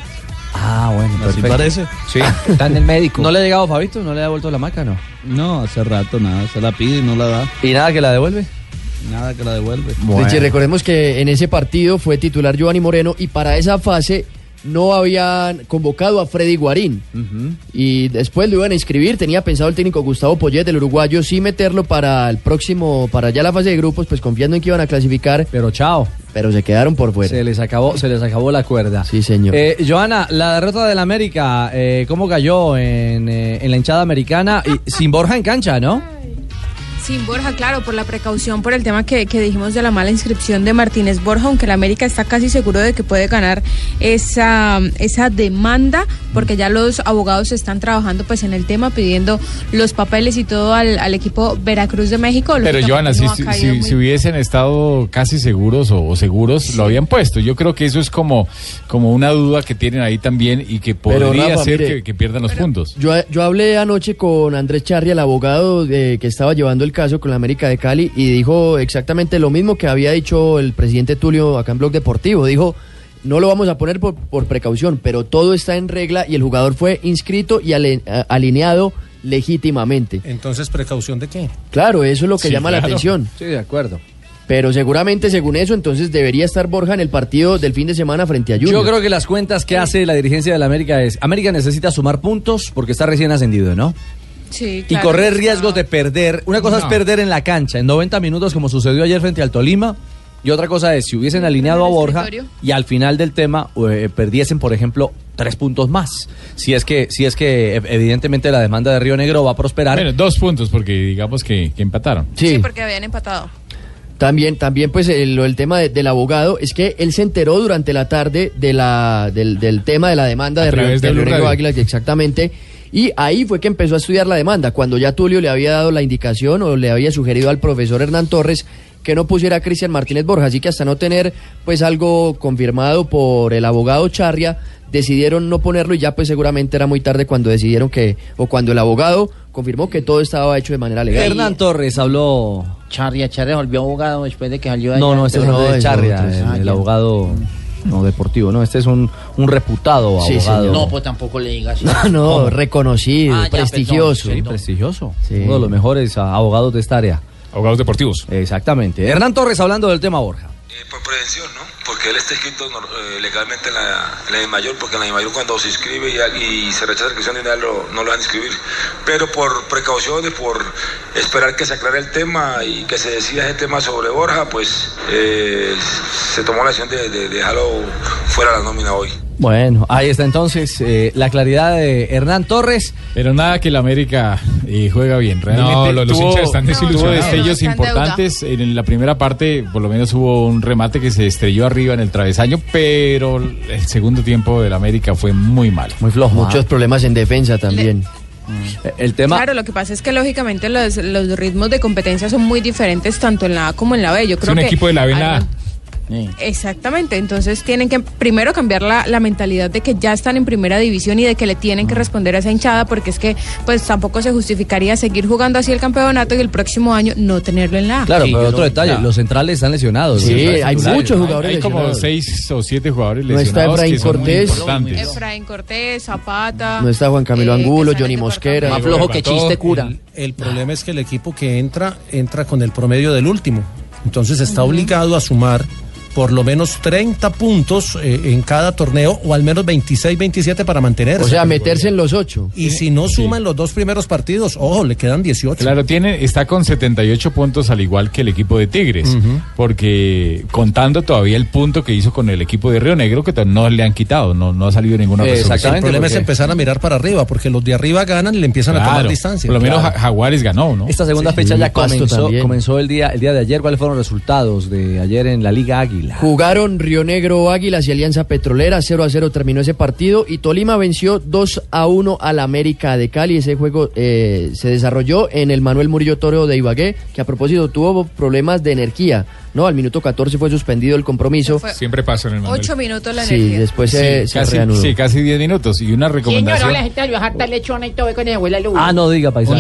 S15: Ah, bueno,
S19: Así
S15: perfecto.
S19: parece.
S15: Sí, está en el médico. ¿No le ha llegado Fabito? ¿No le ha devuelto la maca, no?
S19: No, hace rato nada, se la pide y no la da.
S15: ¿Y nada que la devuelve?
S19: Nada que la devuelve.
S11: Richie, recordemos que en ese partido fue titular Giovanni Moreno y para esa fase no habían convocado a Freddy Guarín. Y después lo iban a inscribir. Tenía pensado el técnico Gustavo Poyet del uruguayo sí meterlo para el próximo, para ya la fase de grupos, pues confiando en que iban a clasificar.
S15: Pero chao.
S11: Pero se quedaron por fuera.
S15: Se les acabó, se les acabó la cuerda.
S11: Sí, señor.
S15: Eh, Joana, la derrota del América, eh, ¿cómo cayó en, eh, en la hinchada americana? Y sin Borja en cancha, ¿no?
S34: Sin Borja, claro, por la precaución, por el tema que, que dijimos de la mala inscripción de Martínez Borja, aunque el América está casi seguro de que puede ganar esa, esa demanda, porque ya los abogados están trabajando pues en el tema, pidiendo los papeles y todo al, al equipo Veracruz de México.
S13: Pero
S34: Lógicamente
S13: Joana,
S34: no
S13: si,
S34: ha
S13: si-
S34: caído
S13: si-
S34: muy
S13: si hubiesen estado casi seguros o, o seguros, lo habían puesto. Yo creo que eso es como, como una duda que tienen ahí también y que
S11: Pero,
S13: podría
S11: Rafa,
S13: ser
S11: mire,
S13: que, que pierdan los puntos.
S11: Yo, yo hablé anoche con Andrés Charri, el abogado de- que estaba llevando el caso con la América de Cali, y dijo exactamente lo mismo que había dicho el presidente Tulio acá en Blog Deportivo. Dijo, no lo vamos a poner por, por precaución, pero todo está en regla y el jugador fue inscrito y ale- a- alineado legítimamente.
S4: Entonces, ¿precaución de qué?
S11: Claro, eso es lo que
S4: Sí,
S11: llama la
S4: claro.
S11: atención.
S4: Sí, de acuerdo.
S11: Pero seguramente, según eso, entonces debería estar Borja en el partido del fin de semana frente a Junior.
S15: Yo creo que las cuentas que hace la dirigencia del América es, América necesita sumar puntos porque está recién ascendido, ¿no?
S34: Sí,
S15: Y
S34: claro.
S15: correr riesgos de perder. Una cosa
S34: No.
S15: es perder en la cancha, en 90 minutos, como sucedió ayer frente al Tolima. Y otra cosa es, si hubiesen alineado a Borja
S34: escritorio.
S15: y al final del tema eh, perdiesen, por ejemplo, tres puntos más. Si es que, si es que ev- evidentemente la demanda de Río Negro va a prosperar.
S13: Bueno, dos puntos, porque digamos que, que empataron.
S34: Sí, porque habían empatado.
S11: También, también pues el, lo del tema de- del abogado es que él se enteró durante la tarde de la, del, del tema de la demanda
S15: A
S11: de, Re-
S15: través de
S11: de
S15: Blue
S11: Lorenzo
S15: Radio.
S11: Águilas, exactamente. Y ahí fue que empezó a estudiar la demanda, cuando ya Tulio le había dado la indicación o le había sugerido al profesor Hernán Torres que no pusiera a Cristian Martínez Borja. Así que hasta no tener pues algo confirmado por el abogado Charria, decidieron no ponerlo y ya pues seguramente era muy tarde cuando decidieron que, o cuando el abogado confirmó que todo estaba hecho de manera legal.
S15: Hernán Torres habló.
S18: Charria, Charria volvió abogado después de que salió de
S15: No,
S18: allá.
S15: no, este es el de
S18: es
S15: Charria,
S18: otro, es-
S15: el,
S18: ah,
S15: el
S18: ya.
S15: abogado no deportivo, no, este es un, un reputado
S18: Sí,
S15: abogado.
S18: señor. No, pues tampoco le digas.
S11: No, no, reconocido,
S18: Ah, ya, perdón,
S11: prestigioso.
S15: Sí,
S18: perdón.
S15: prestigioso.
S11: Sí.
S15: Uno de los mejores ah, abogados de esta área. Abogados deportivos. Exactamente. Hernán Torres hablando del tema Borja.
S35: prevención, ¿no? Porque él está inscrito nor- eh, legalmente en la, en la de mayor, porque en la de mayor cuando se inscribe y, y se rechaza la inscripción de nada lo- no lo van a inscribir. Pero por precauciones, por esperar que se aclare el tema y que se decida ese tema sobre Borja, pues eh, se tomó la decisión de, de dejarlo fuera de la nómina hoy.
S15: Bueno, ahí está entonces eh, la claridad de Hernán Torres.
S13: Pero nada que el América eh, juega bien. Realmente
S9: No, lo- los hinchas están
S13: Tuvo
S9: desilusionados.
S13: destellos
S9: Está en deuda.
S13: importantes. En, la primera parte, por lo menos hubo un remate que se estrelló arriba en el travesaño, pero el segundo tiempo del América fue muy malo.
S15: Muy flojo.
S11: Muchos problemas en defensa también.
S15: El tema.
S34: Claro, lo que pasa es que lógicamente los, los ritmos de competencia son muy diferentes tanto en la A como en la B. Yo
S9: Es
S34: creo
S9: un
S34: que
S9: equipo de la B en la A.
S34: Exactamente, entonces tienen que primero cambiar la, la mentalidad de que ya están en primera división y de que le tienen que
S15: Mm.
S34: responder a esa hinchada porque es que pues tampoco se justificaría seguir jugando así el campeonato y el próximo año no tenerlo en la A.
S15: Claro,
S13: Sí,
S15: pero
S13: yo
S15: otro
S13: no-
S15: detalle,
S13: ya.
S15: los centrales están lesionados.
S13: Sí,
S15: los centrales
S13: hay
S15: titulares.
S13: muchos jugadores Hay como lesionados. seis o siete jugadores
S15: No está
S13: lesionados
S15: Efraín
S13: que son muy
S15: Cortés.
S13: importantes.
S34: Efraín Cortés, Zapata.
S11: No está Juan Camilo
S34: eh,
S11: Angulo,
S34: que salen
S11: Johnny
S34: de
S11: Mosquera.
S34: Barcelona.
S4: El, el problema es que el equipo que entra, entra con el promedio del último. Entonces está
S34: Ujú.
S4: obligado a sumar por lo menos 30 puntos eh, en cada torneo o al menos 26, 27 para mantenerse.
S11: O sea, meterse en los ocho.
S4: Y si no suman los dos primeros partidos, ojo, le quedan 18.
S13: Claro, tiene, está con 78 puntos al igual que el equipo de Tigres,
S4: Ujú.
S13: porque contando todavía el punto que hizo con el equipo de Río Negro, que to- no le han quitado, no, no ha salido ninguna resolución.
S4: Eh, El problema es empezar a mirar para arriba, porque los de arriba ganan y le empiezan a tomar
S13: Claro,
S4: distancia.
S13: Por lo menos
S4: Claro.
S13: Ja- Jaguares ganó, ¿no?
S15: Esta segunda
S4: Sí.
S15: fecha
S4: Y
S15: ya
S4: Pasto
S15: comenzó,
S4: también.
S15: comenzó el día el día de ayer. ¿Cuáles fueron los resultados de ayer en la Liga Águila?
S11: Jugaron Río Negro Águilas y Alianza Petrolera, 0 a 0 terminó ese partido y Tolima venció 2 a 1 al América de Cali. Ese juego eh, se desarrolló en el Manuel Murillo Toro de Ibagué, que a propósito tuvo problemas de energía. No, al minuto 14 fue suspendido el compromiso.
S13: Siempre pasa en el
S34: Ocho minutos la
S11: Sí,
S34: energía.
S11: después se- se
S13: casi,
S11: reanudó.
S13: Sí, casi 10 minutos. Y una
S18: Señor,
S13: recomendación.
S18: ahora la gente de Harta lechona y todo, y con el abuela luz.
S15: diga,
S13: paisano.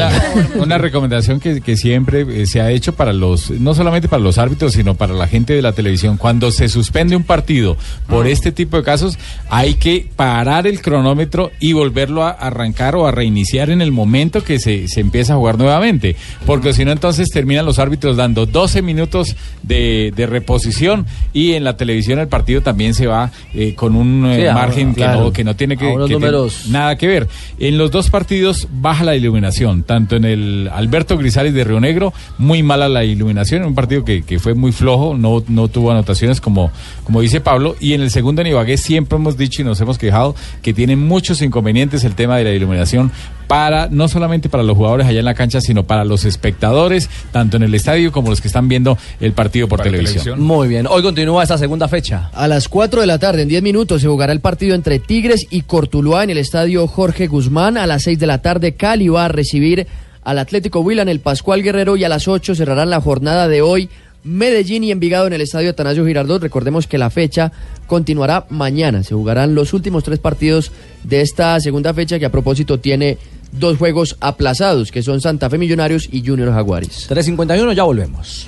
S13: Una, una recomendación que, que siempre eh, se ha hecho para los, no solamente para los árbitros, sino para la gente de la televisión. Cuando cuando se suspende un partido por
S15: Ah.
S13: este tipo de casos, hay que parar el cronómetro y volverlo a arrancar o a reiniciar en el momento que se, se empieza a jugar nuevamente. Porque si no, entonces terminan los árbitros dando 12 minutos de, de reposición y en la televisión el partido también se va eh, con un eh,
S15: Sí, a-
S13: margen que,
S15: claro.
S13: no, que no tiene que,
S15: A unos
S13: que te-
S15: números.
S13: nada que ver. En los dos partidos baja la iluminación, tanto en el Alberto Grisales de Río Negro, muy mala la iluminación, en un partido que, que fue muy flojo, no, no tuvo anotaciones como, como dice Pablo, y en el segundo en Ibagué siempre hemos dicho y nos hemos quejado que tiene muchos inconvenientes el tema de la iluminación para no solamente para los jugadores allá en la cancha, sino para los espectadores, tanto en el estadio como los que están viendo el partido por televisión.
S15: Muy bien, hoy continúa esta segunda fecha.
S11: A las 4 de la tarde, en 10 minutos, se jugará el partido entre Tigres y Cortuluá en el estadio Jorge Guzmán. A las 6 de la tarde, Cali va a recibir al Atlético Huila en el Pascual Guerrero y a las 8 cerrarán la jornada de hoy Medellín y Envigado en el estadio Atanasio Girardot. Recordemos que la fecha continuará mañana. Se jugarán los últimos tres partidos de esta segunda fecha que a propósito tiene dos juegos aplazados, que son Santa Fe Millonarios y Junior Jaguares.
S15: 3.51, ya volvemos.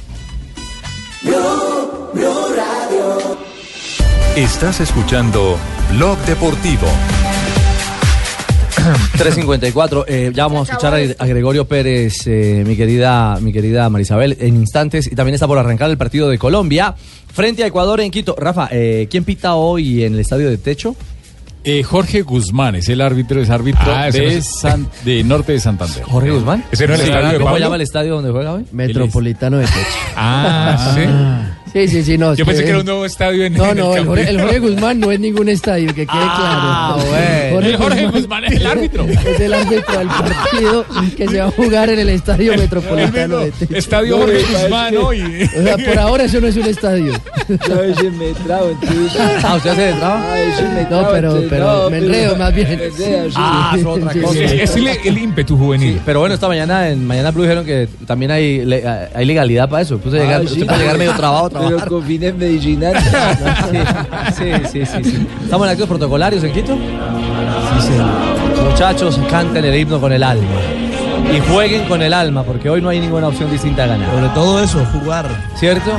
S1: Estás escuchando Blog Deportivo.
S15: 3.54, eh, ya vamos a escuchar a, a Gregorio Pérez, eh, mi, querida, mi querida Marisabel, en instantes. Y también está por arrancar el partido de Colombia frente a Ecuador en Quito. Rafa, eh, ¿quién pita hoy en el estadio de techo?
S13: Eh, Jorge Guzmán es el árbitro, es árbitro
S15: Ah, ese no
S13: de,
S15: es-
S13: San- de Norte de Santander.
S15: ¿Jorge Guzmán?
S13: ¿Ese no es el
S15: Sí.
S13: estadio de
S15: ¿Cómo
S13: Pablo?
S15: llama el estadio donde juega hoy?
S11: Metropolitano de Techo.
S13: Ah, sí.
S11: Sí, sí, sí, no. es
S13: Yo pensé que era un nuevo estadio en
S11: No,
S13: en
S11: no, el
S13: Campín. Ah,
S11: Jorge, el Jorge Guzmán no es ningún estadio, que quede
S18: Ah,
S11: claro.
S13: El Jorge Guzmán es el árbitro.
S11: Es el árbitro del partido que se va a jugar en el Estadio Metropolitano de Techo.
S13: Estadio Jorge Guzmán hoy.
S11: O sea, por ahora eso no es un estadio.
S15: Ah, ¿usted hace de traba?
S11: No,
S20: Ah,
S11: pero, pero
S15: No,
S11: me
S15: pero-
S11: enredo más bien.
S15: Ah, es otra cosa.
S11: Sí.
S15: Es el-
S36: el ímpetu juvenil.
S15: pero bueno, esta mañana en Mañana Blue dijeron que también hay, le- hay legalidad para eso. Puse a llegar,
S20: Ah,
S15: usted
S20: sí.
S15: puede llegar medio trabado a trabajar.
S20: Pero con fines medicinales.
S15: Sí, sí, sí, sí. ¿Estamos en actos protocolarios en Quito? Sí, Muchachos, canten el himno con el alma. Y jueguen con el alma, porque hoy no hay ninguna opción distinta a ganar. Sobre todo eso, jugar. ¿Cierto?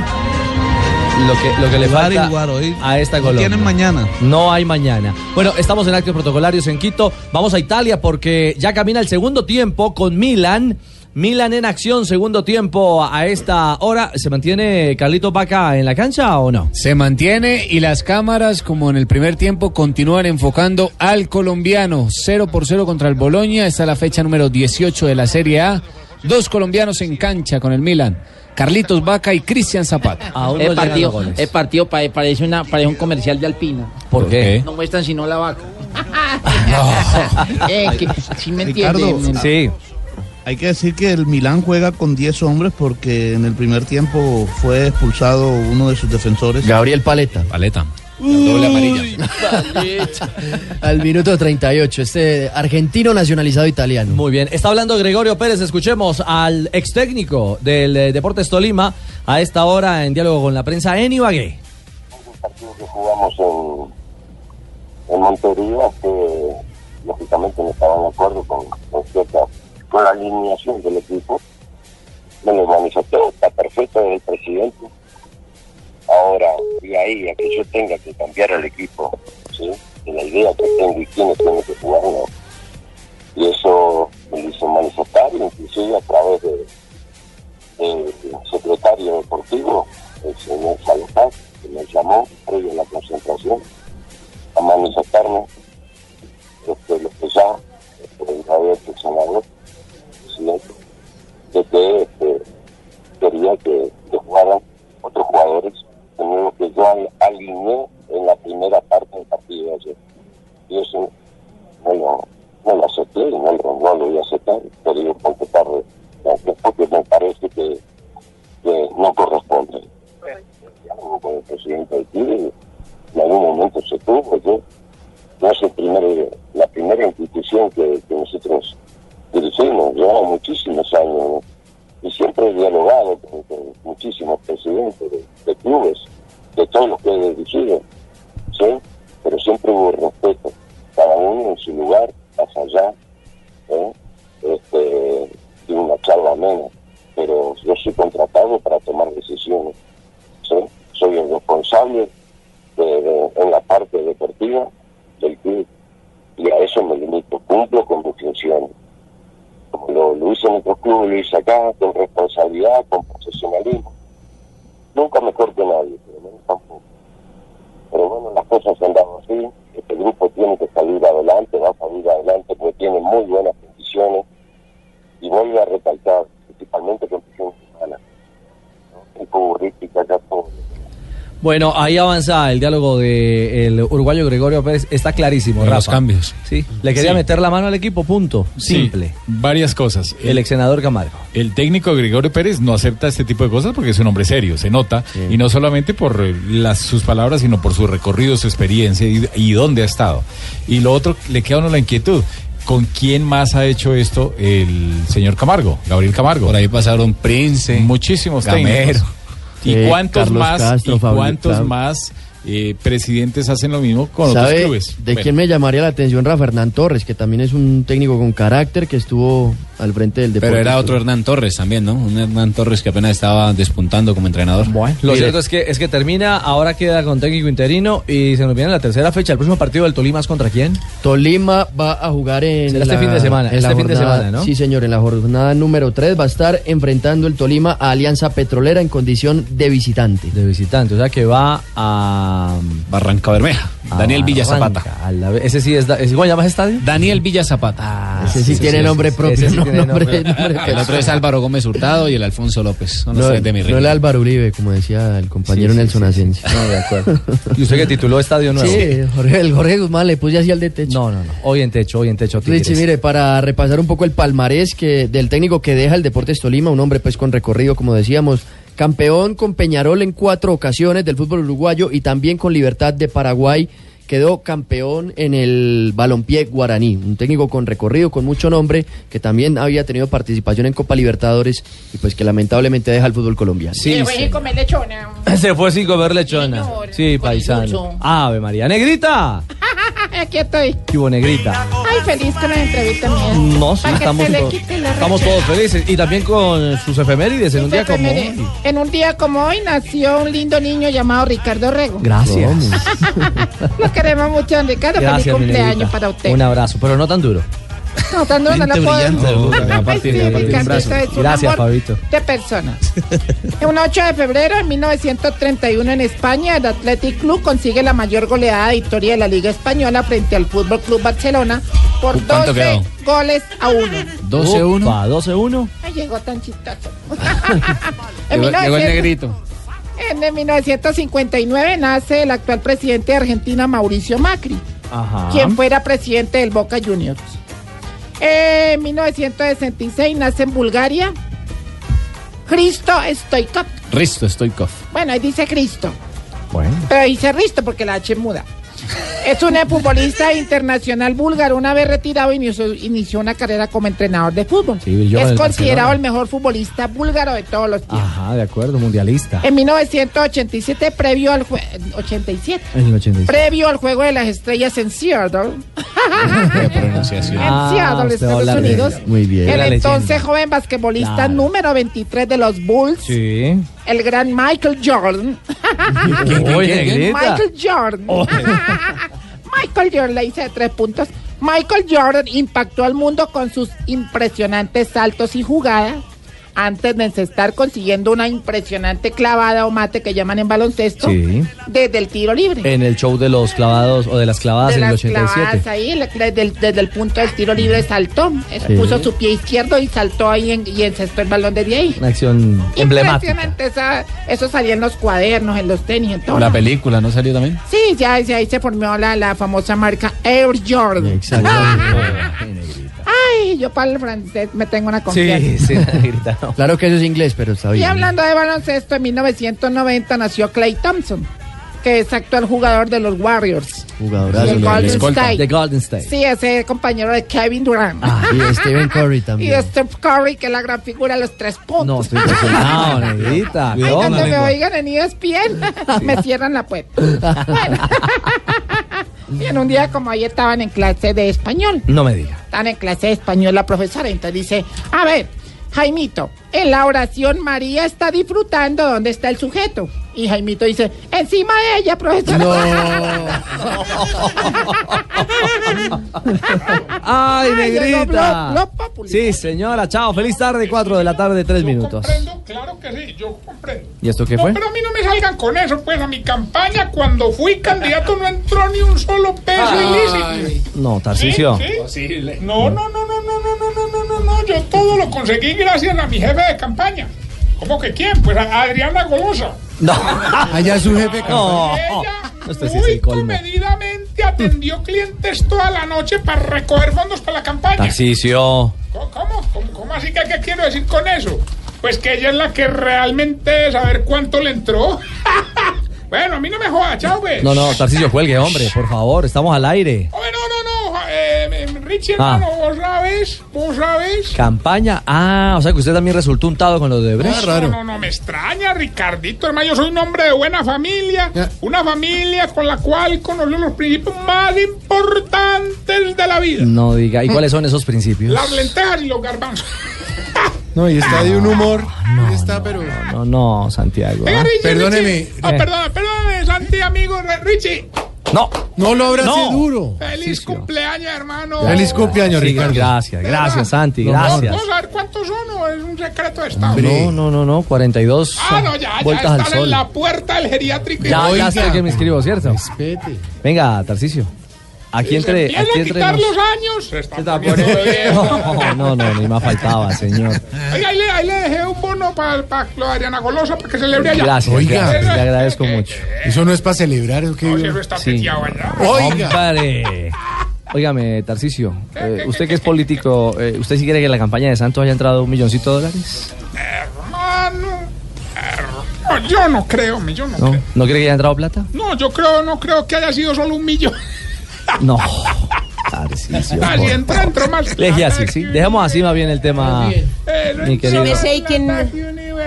S15: Lo que, lo que le
S10: Jugar y
S15: falta
S10: jugar hoy.
S15: a esta
S10: No
S15: Colombia.
S10: tienen mañana.
S15: No hay mañana. Bueno, estamos en actos protocolarios en Quito. Vamos a Italia porque ya camina el segundo tiempo con Milan. Milan en acción, segundo tiempo a esta hora. ¿Se mantiene Carlito Paca en la cancha o no?
S19: Se mantiene y las cámaras, como en el primer tiempo, continúan enfocando al colombiano. 0 por 0 contra el Boloña. Está la fecha número 18 de la Serie A. Dos colombianos en cancha con el Milan. Carlitos Vaca y Cristian Zapata.
S7: el partido, el partido pa- parece, una, parece un comercial de Alpina.
S19: ¿Por qué?
S7: No muestran sino la vaca. eh, que, sí me
S10: Ricardo,
S7: entienden.
S10: Hay que decir que el Milán juega con 10 hombres porque en el primer tiempo fue expulsado uno de sus defensores.
S11: Gabriel Paleta.
S10: Paleta.
S11: Doble amarilla. Al minuto 38, este argentino nacionalizado italiano.
S15: Muy bien, está hablando Gregorio Pérez. Escuchemos al ex técnico del eh, Deportes Tolima a esta hora en diálogo con la prensa en Ibagué.
S37: jugamos en, en Montería que lógicamente no estaban de acuerdo con, con cierta con la alineación del equipo. Me lo manifesté, está perfecto desde el presidente. Ahora, y ahí a que yo tenga que cambiar el equipo, ¿sí? Y la idea que tengo y quiénes tienen que jugar, no. Y eso me lo hizo manifestar, inclusive a través de- del secretario deportivo, el señor Salazar, que me llamó previo a la concentración a manifestarme este, lo que ya este, ya había hecho el senador, presidente, de que este, quería que, que jugaran otros jugadores, con lo que yo al- alineé en la primera parte del partido de ayer. Y eso no lo, no lo acepté y no, lo- no lo voy a aceptar, pero yo poco tarde, aunque- porque me parece que, que no corresponde. Diálogo con el presidente de Chile, en algún momento se tuvo, yo no es el primer- la primera institución que, que nosotros dirigimos, llevamos muchísimos años ¿no? y siempre he dialogado con, con muchísimos presidentes de, de clubes, de todos los que he dirigido, ¿sí? pero siempre hubo respeto, cada uno en su lugar, más allá, ¿eh? este, y una charla menos, pero yo soy contratado para tomar decisiones, ¿sí?
S16: soy el responsable de- de- en la parte deportiva del club y a eso me limito, cumplo con mi función. Como lo, lo hice en otro club, lo hice acá, con responsabilidad, con profesionalismo. Nunca me corte nadie, pero no, tampoco. Pero bueno, las cosas se han dado así, este grupo tiene que salir adelante, va a salir adelante porque tiene muy buenas condiciones y vuelve a recalcar, principalmente condiciones humanas, ¿no? y futbolística, acá todo.
S15: Bueno, ahí avanza el diálogo del uruguayo Gregorio Pérez. Está clarísimo,
S13: En
S15: Rafa.
S13: los cambios.
S15: Sí, le quería
S13: Sí.
S15: meter la mano al equipo, punto. Simple.
S13: varias cosas.
S15: El ex senador Camargo.
S13: El técnico Gregorio Pérez no acepta este tipo de cosas porque es un hombre serio, se nota, y no solamente por eh, las, sus palabras, sino por su recorrido, su experiencia y, y dónde ha estado. Y lo otro, le queda a uno la inquietud. ¿Con quién más ha hecho esto el señor Camargo, Gabriel Camargo? Por ahí pasaron Prince, muchísimos técnicos.
S5: Gamero.
S13: ¿Y
S5: Eh,
S13: cuántos
S5: Carlos
S13: más,
S11: Castro,
S13: y
S11: Fabio-
S13: cuántos
S11: Fab-
S13: más eh, presidentes hacen lo mismo con otros
S11: ¿Sabe
S13: clubes?
S11: de
S13: Bueno.
S11: quién me llamaría la atención? Rafa Hernán Torres, que también es un técnico con carácter que estuvo al frente del deporte.
S5: Pero era otro Hernán Torres también, ¿no? Un Hernán Torres que apenas estaba despuntando como entrenador.
S15: Lo cierto es que, es que termina, ahora queda con técnico interino y se nos viene la tercera fecha. ¿El próximo partido del Tolima es contra quién?
S11: Tolima va a jugar en
S15: Será este
S11: la-
S15: fin de semana,
S11: en
S15: este
S11: la
S15: fin de
S11: jornada-
S15: semana, ¿no?
S11: Sí, señor, en la jornada número 3 va a estar enfrentando el Tolima a Alianza Petrolera en condición de visitante.
S15: De visitante, o sea que va a... mm,
S5: Barranca Bermeja. Daniel Villa
S15: Zapata. Ese sí es... da- es- ¿Cómo llamas estadio?
S5: Daniel Villa Zapata.
S11: Ah, ese sí tiene nombre propio,
S5: ese sí
S11: no
S5: tiene
S11: nombre- nombre
S5: el otro es Álvaro Gómez Hurtado y el Alfonso López. Son los
S11: No,
S5: tres de mi
S11: no
S5: ring.
S11: el Álvaro Uribe, como decía el compañero Nelson Asensio.
S15: No, de acuerdo. ¿Y usted que tituló Estadio Nuevo?
S11: Sí, Jorge, el Jorge Guzmán le puse así al de techo. No, no, no.
S15: Hoy en techo, hoy en techo. Tigres.
S11: Richie, mire, para repasar un poco el palmarés que, del técnico que deja el Deportes Tolima, un hombre pues con recorrido, como decíamos, campeón con Peñarol en cuatro ocasiones del fútbol uruguayo y también con Libertad de Paraguay, quedó campeón en el balompié guaraní, un técnico con recorrido, con mucho nombre, que también había tenido participación en Copa Libertadores y pues que lamentablemente deja el fútbol colombiano.
S8: comer lechona.
S15: Se fue sin comer lechona. Sí, paisano.
S8: iluso.
S15: Ave María. ¡Negrita!
S8: Aquí estoy.
S15: ¿Qué hubo, negrita?
S8: Ay, feliz con la entrevista mía.
S15: No, sí,
S8: Para que
S15: estamos,
S8: se le
S15: todos,
S8: quite la
S15: estamos
S8: rechera.
S15: todos felices. Y también con sus efemérides en un día como
S8: Mire,
S15: hoy.
S8: En un día como hoy nació un lindo niño llamado Ricardo Rego.
S15: Gracias.
S8: Lo queremos mucho, don Ricardo.
S15: Gracias, mi
S8: Feliz cumpleaños
S15: negrita.
S8: para usted.
S15: Un abrazo, pero no tan duro.
S8: No, tan duro, no la puedo.
S15: Aparte,
S8: Sí,
S15: aparte,
S8: Ricardo,
S15: abrazo.
S8: usted es un
S15: Gracias,
S8: amor
S15: Fabito.
S8: De persona. Un 8 de febrero de 1931 en España, el Athletic Club consigue la mayor goleada de historia de la Liga Española frente al Fútbol Club Barcelona por
S5: ¿Cuánto
S8: 12
S5: quedó?
S8: goles a 1.
S5: 12-1.
S15: Upa, 12-1.
S8: Ay, llegó tan chistoso.
S5: Llegó, llegó el
S8: 1900.
S5: negrito.
S8: En el 1959 nace el actual presidente de Argentina, Mauricio Macri,
S15: Ajá.
S8: quien fuera presidente del Boca Juniors. Eh, En 1966 nace en Bulgaria Cristo Stoikov.
S5: Risto Stoikov.
S8: Bueno, ahí dice Cristo,
S15: Bueno.
S8: pero dice Risto porque la H es muda. Es un futbolista internacional búlgaro. Una vez retirado, inició, inició una carrera como entrenador de fútbol.
S15: Sí, brilló en
S8: es
S15: el
S8: considerado
S15: Barcelona.
S8: el mejor futbolista búlgaro de todos los tiempos.
S15: Ajá, de acuerdo, mundialista.
S8: En 1987, previo al jue- 87,
S15: En el 86.
S8: previo al juego de las estrellas en Seattle,
S5: pronunciación.
S11: Ah,
S8: en Seattle, Estados Unidos, é
S11: Muy bien.
S8: el entonces joven basquetbolista
S11: Claro.
S8: número 23 de los Bulls,
S15: Sí.
S8: el gran Michael Jordan.
S15: Oye, negrita.
S8: Michael Jordan. Michael Jordan le hice de tres puntos. Michael Jordan impactó al mundo con sus impresionantes saltos y jugadas antes de encestar consiguiendo una impresionante clavada o mate que llaman en baloncesto
S15: Sí.
S8: desde el tiro libre.
S15: En el show de los clavados o de las clavadas
S8: de
S15: Ah, en el
S8: las
S15: 87.
S8: clavadas ahí, la- desde, el, desde el punto del tiro libre saltó, eh,
S15: Sí.
S8: puso su pie izquierdo y saltó ahí en- y encestó el balón desde ahí.
S15: Una acción emblemática.
S8: Impresionante, esa- eso salía en los cuadernos, en los tenis, en todo.
S5: La película, ¿no salió también?
S8: Sí, ya, ya ahí se formó la, la famosa marca Air Jordan. Ay, yo para el francés me tengo una confianza.
S15: negrita.
S11: Claro que eso es inglés, pero está
S8: Y
S11: bien.
S8: hablando de baloncesto, en 1990 nació Clay Thompson, que es actual jugador de los Warriors.
S11: Jugadorazo,
S8: Y el
S11: lo
S8: Golden
S11: inglés.
S8: State.
S15: De Golden State.
S8: Sí, ese compañero de Kevin Durant.
S11: Ah, Y de Stephen Curry
S8: y
S11: también.
S8: de Steph Curry, que es la gran figura de los tres puntos.
S15: No, estoy impresionado, negrita.
S8: Ay,
S15: Cuidado,
S8: cuando me
S15: Marengo.
S8: oigan en E ESPN, me cierran la puerta. Bueno. y en un día como hoy estaban en clase de español.
S15: No me diga.
S8: Están en clase de español la profesora. Entonces dice, a ver, Jaimito, en la oración María está disfrutando, ¿dónde está el sujeto? Y Jaimito dice, encima de ella, profesor.
S15: ¡Ay,
S8: Ay, llegó
S15: negrita!
S8: Blog- Blog
S15: Sí, señora, chao. Feliz tarde, 4 de la tarde, 3 minutos.
S5: Claro que sí, yo comprendo.
S15: ¿Y esto qué fue?
S5: No, pero a mí no me salgan con eso, pues a mi campaña cuando fui candidato no entró ni un solo peso ilícito.
S15: No, Tarcicio.
S5: ¿Sí? Posible. No, no, no, no, no, no, no, no, no, no, no, yo todo lo conseguí gracias a mi jefe de campaña. ¿Cómo que quién? Pues a Adriana Golosa.
S15: No.
S8: Allá es su jefe.
S15: No. Este sí es el colmo.
S5: Comedidamente atendió clientes toda la noche para recoger fondos para la campaña.
S15: Ah, Tarcicio.
S5: ¿Cómo, cómo así que qué quiero decir con eso? Pues que ella es la que realmente debe saber cuánto le entró. bueno, a mí no me joda, chao, pues. güey.
S15: No, no, Tarcicio, cuelgue, hombre, por favor, estamos al aire.
S5: Hombre, no, no, no, eh, eh, Richie,
S15: Ah.
S5: hermano, vos sabes, vos sabes.
S15: Campaña. Ah, o sea que usted también resultó untado con lo de Brecht.
S5: No, no, no, me extraña, Ricardito, hermano. Yo soy un hombre de buena familia, una familia con la cual conoció los principios más importantes de la vida.
S15: No diga. ¿Y cuáles son esos principios?
S5: Las lentejas y los garbanzos.
S15: No, y está de un humor.
S5: Ahí está, pero...
S15: No, no, Santiago.
S5: Venga,
S15: ¿ah? Eh,
S5: Richie, Richie. Ah, perdóname, perdóname, Santi, amigo, Re- Richie.
S15: No.
S5: No lo
S15: abrace
S5: abrace
S15: duro.
S5: Feliz cumpleaños, hermano.
S15: Gracias, sí, Gracias, gracias, Santi, gracias.
S5: ¿Vamos a ver cuántos son o es un secreto de Estado?
S15: Ah, No, no, no, no, 42
S5: Ah, no, ya, ya
S15: vueltas al
S5: están
S15: sol.
S5: en la puerta del geriátrico.
S15: Ya, ya sé que me inscribo, ¿cierto? Venga, Tarcicio. Aquí entre,
S5: Empieza
S15: aquí
S5: a
S15: entre
S5: quitar
S15: nos-
S5: los años. Se está poniendo viejo.
S15: No, no, no, ni más faltaba, señor.
S5: Oiga, ahí le, ahí le dejé un bono para pa, lo de Ariana Golosa para que celebre allá.
S15: Gracias,
S5: Oiga.
S15: gracias, le agradezco mucho.
S8: Eso no es para celebrar, es que...
S15: Sí. Hombre. Óigame, Tarcicio, eh, usted que es político, eh, ¿usted sí quiere que la campaña de Santos haya entrado un milloncito de dólares?
S5: Hermano. hermano, Yo no creo, mi, yo no,
S15: ¿No?
S5: creo.
S15: ¿No quiere que haya entrado plata?
S5: No, yo creo, no creo que haya sido solo un millón.
S15: No. Tarcicio.
S5: Ah, si entra, entró más.
S15: Le dije
S26: Ah,
S15: así, sí. Dejemos así más bien el tema,
S26: Eh,
S15: mi querido.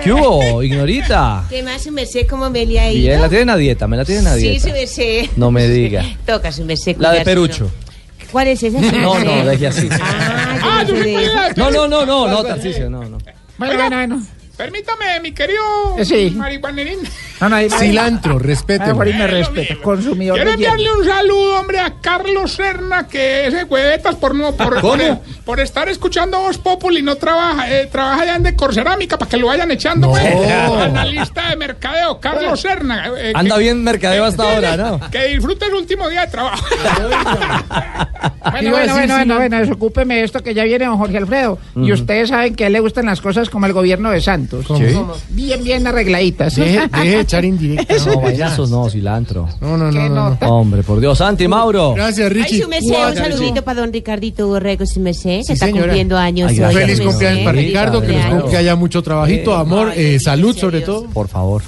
S15: ¿Qué hubo, ignorita?
S26: ¿Qué más, su merced? ¿Cómo me le ha ido?
S15: Bien, la tienen a dieta, me la tienen a
S26: Sí,
S15: dieta.
S26: su merced.
S15: No me diga.
S26: Toca, su merced.
S15: La de
S26: cuidarse,
S15: Perucho.
S26: ¿no? ¿Cuál es esa? su
S15: No, no,
S26: merced?
S15: la dije así.
S26: Ah, yo sé de esa.
S15: No, no, no, no, no, Tarcicio, no, no.
S5: Bueno, bueno, bueno. Permítame, mi querido
S8: Eh, sí.
S5: marihuanerín.
S8: No, no, ahí- Cilantro, respete. respételo. Ah, Guarín me respeta. Consumidor
S5: Quiero
S8: de hierro.
S5: enviarle un saludo, hombre, a Carlos Serna, que ese huevetas por no,
S15: Ah,
S5: por,
S8: ¿Cómo?
S5: por, por estar escuchando Voz Populi, no trabaja, eh, trabaja ya en Decorcerámica para que lo vayan echando, pues. Analista de mercadeo, Carlos Serna. eh,
S15: Ah. Anda
S5: que-
S15: bien mercadeo hasta ahora, ¿no?
S5: Que disfrute el último día de trabajo.
S8: Bueno, bueno, bueno, bueno, bueno, desocúpeme esto que ya viene don Jorge Alfredo. Y
S5: Ujú.
S8: ustedes saben que a él le gustan las cosas como el gobierno de Santos. ¿Cómo? Sí. Como Bien, bien arregladitas. Deje- deje de echar indirectas.
S15: No, payasos no, cilantro.
S8: No, no, no, no.
S15: Hombre, por Dios, Santi, Mauro.
S26: Ay, su merced, un saludito para don Ricardito Borrego, su merced, que está
S8: señora.
S26: cumpliendo años
S8: Ay,
S26: hoy.
S8: gracias, Feliz
S26: su merced.
S8: cumpleaños para
S26: Feliz
S8: Ricardo, que nos
S26: cumpleaños.
S8: Que haya mucho trabajito, Eh, amor, ay, eh, salud
S26: sobre todo.
S15: Por favor.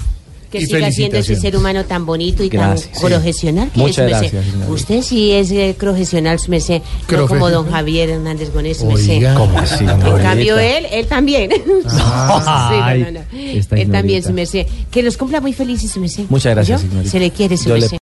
S26: Que siga siendo ese ser humano tan bonito y
S15: Gracias,
S26: tan
S15: sí.
S26: profesional que es,
S15: Muchas
S26: su merced.
S15: gracias, señora.
S26: Usted sí es eh, profesional, su merced, no como
S15: Profesional.
S26: don Javier Hernández Gómez, su merced.
S15: Oiga. ¿Cómo así,
S26: En cambio,
S15: Ignorita?
S26: él, él también.
S15: Ay,
S26: Sí, no, no, no.
S15: esta
S26: Él también,
S15: Ignorita.
S26: su merced. Que los cumpla muy felices, su merced.
S15: Muchas gracias,
S26: ¿Oyó?
S15: Ignorita.
S26: Se le quiere, su
S15: Yo le
S26: merced.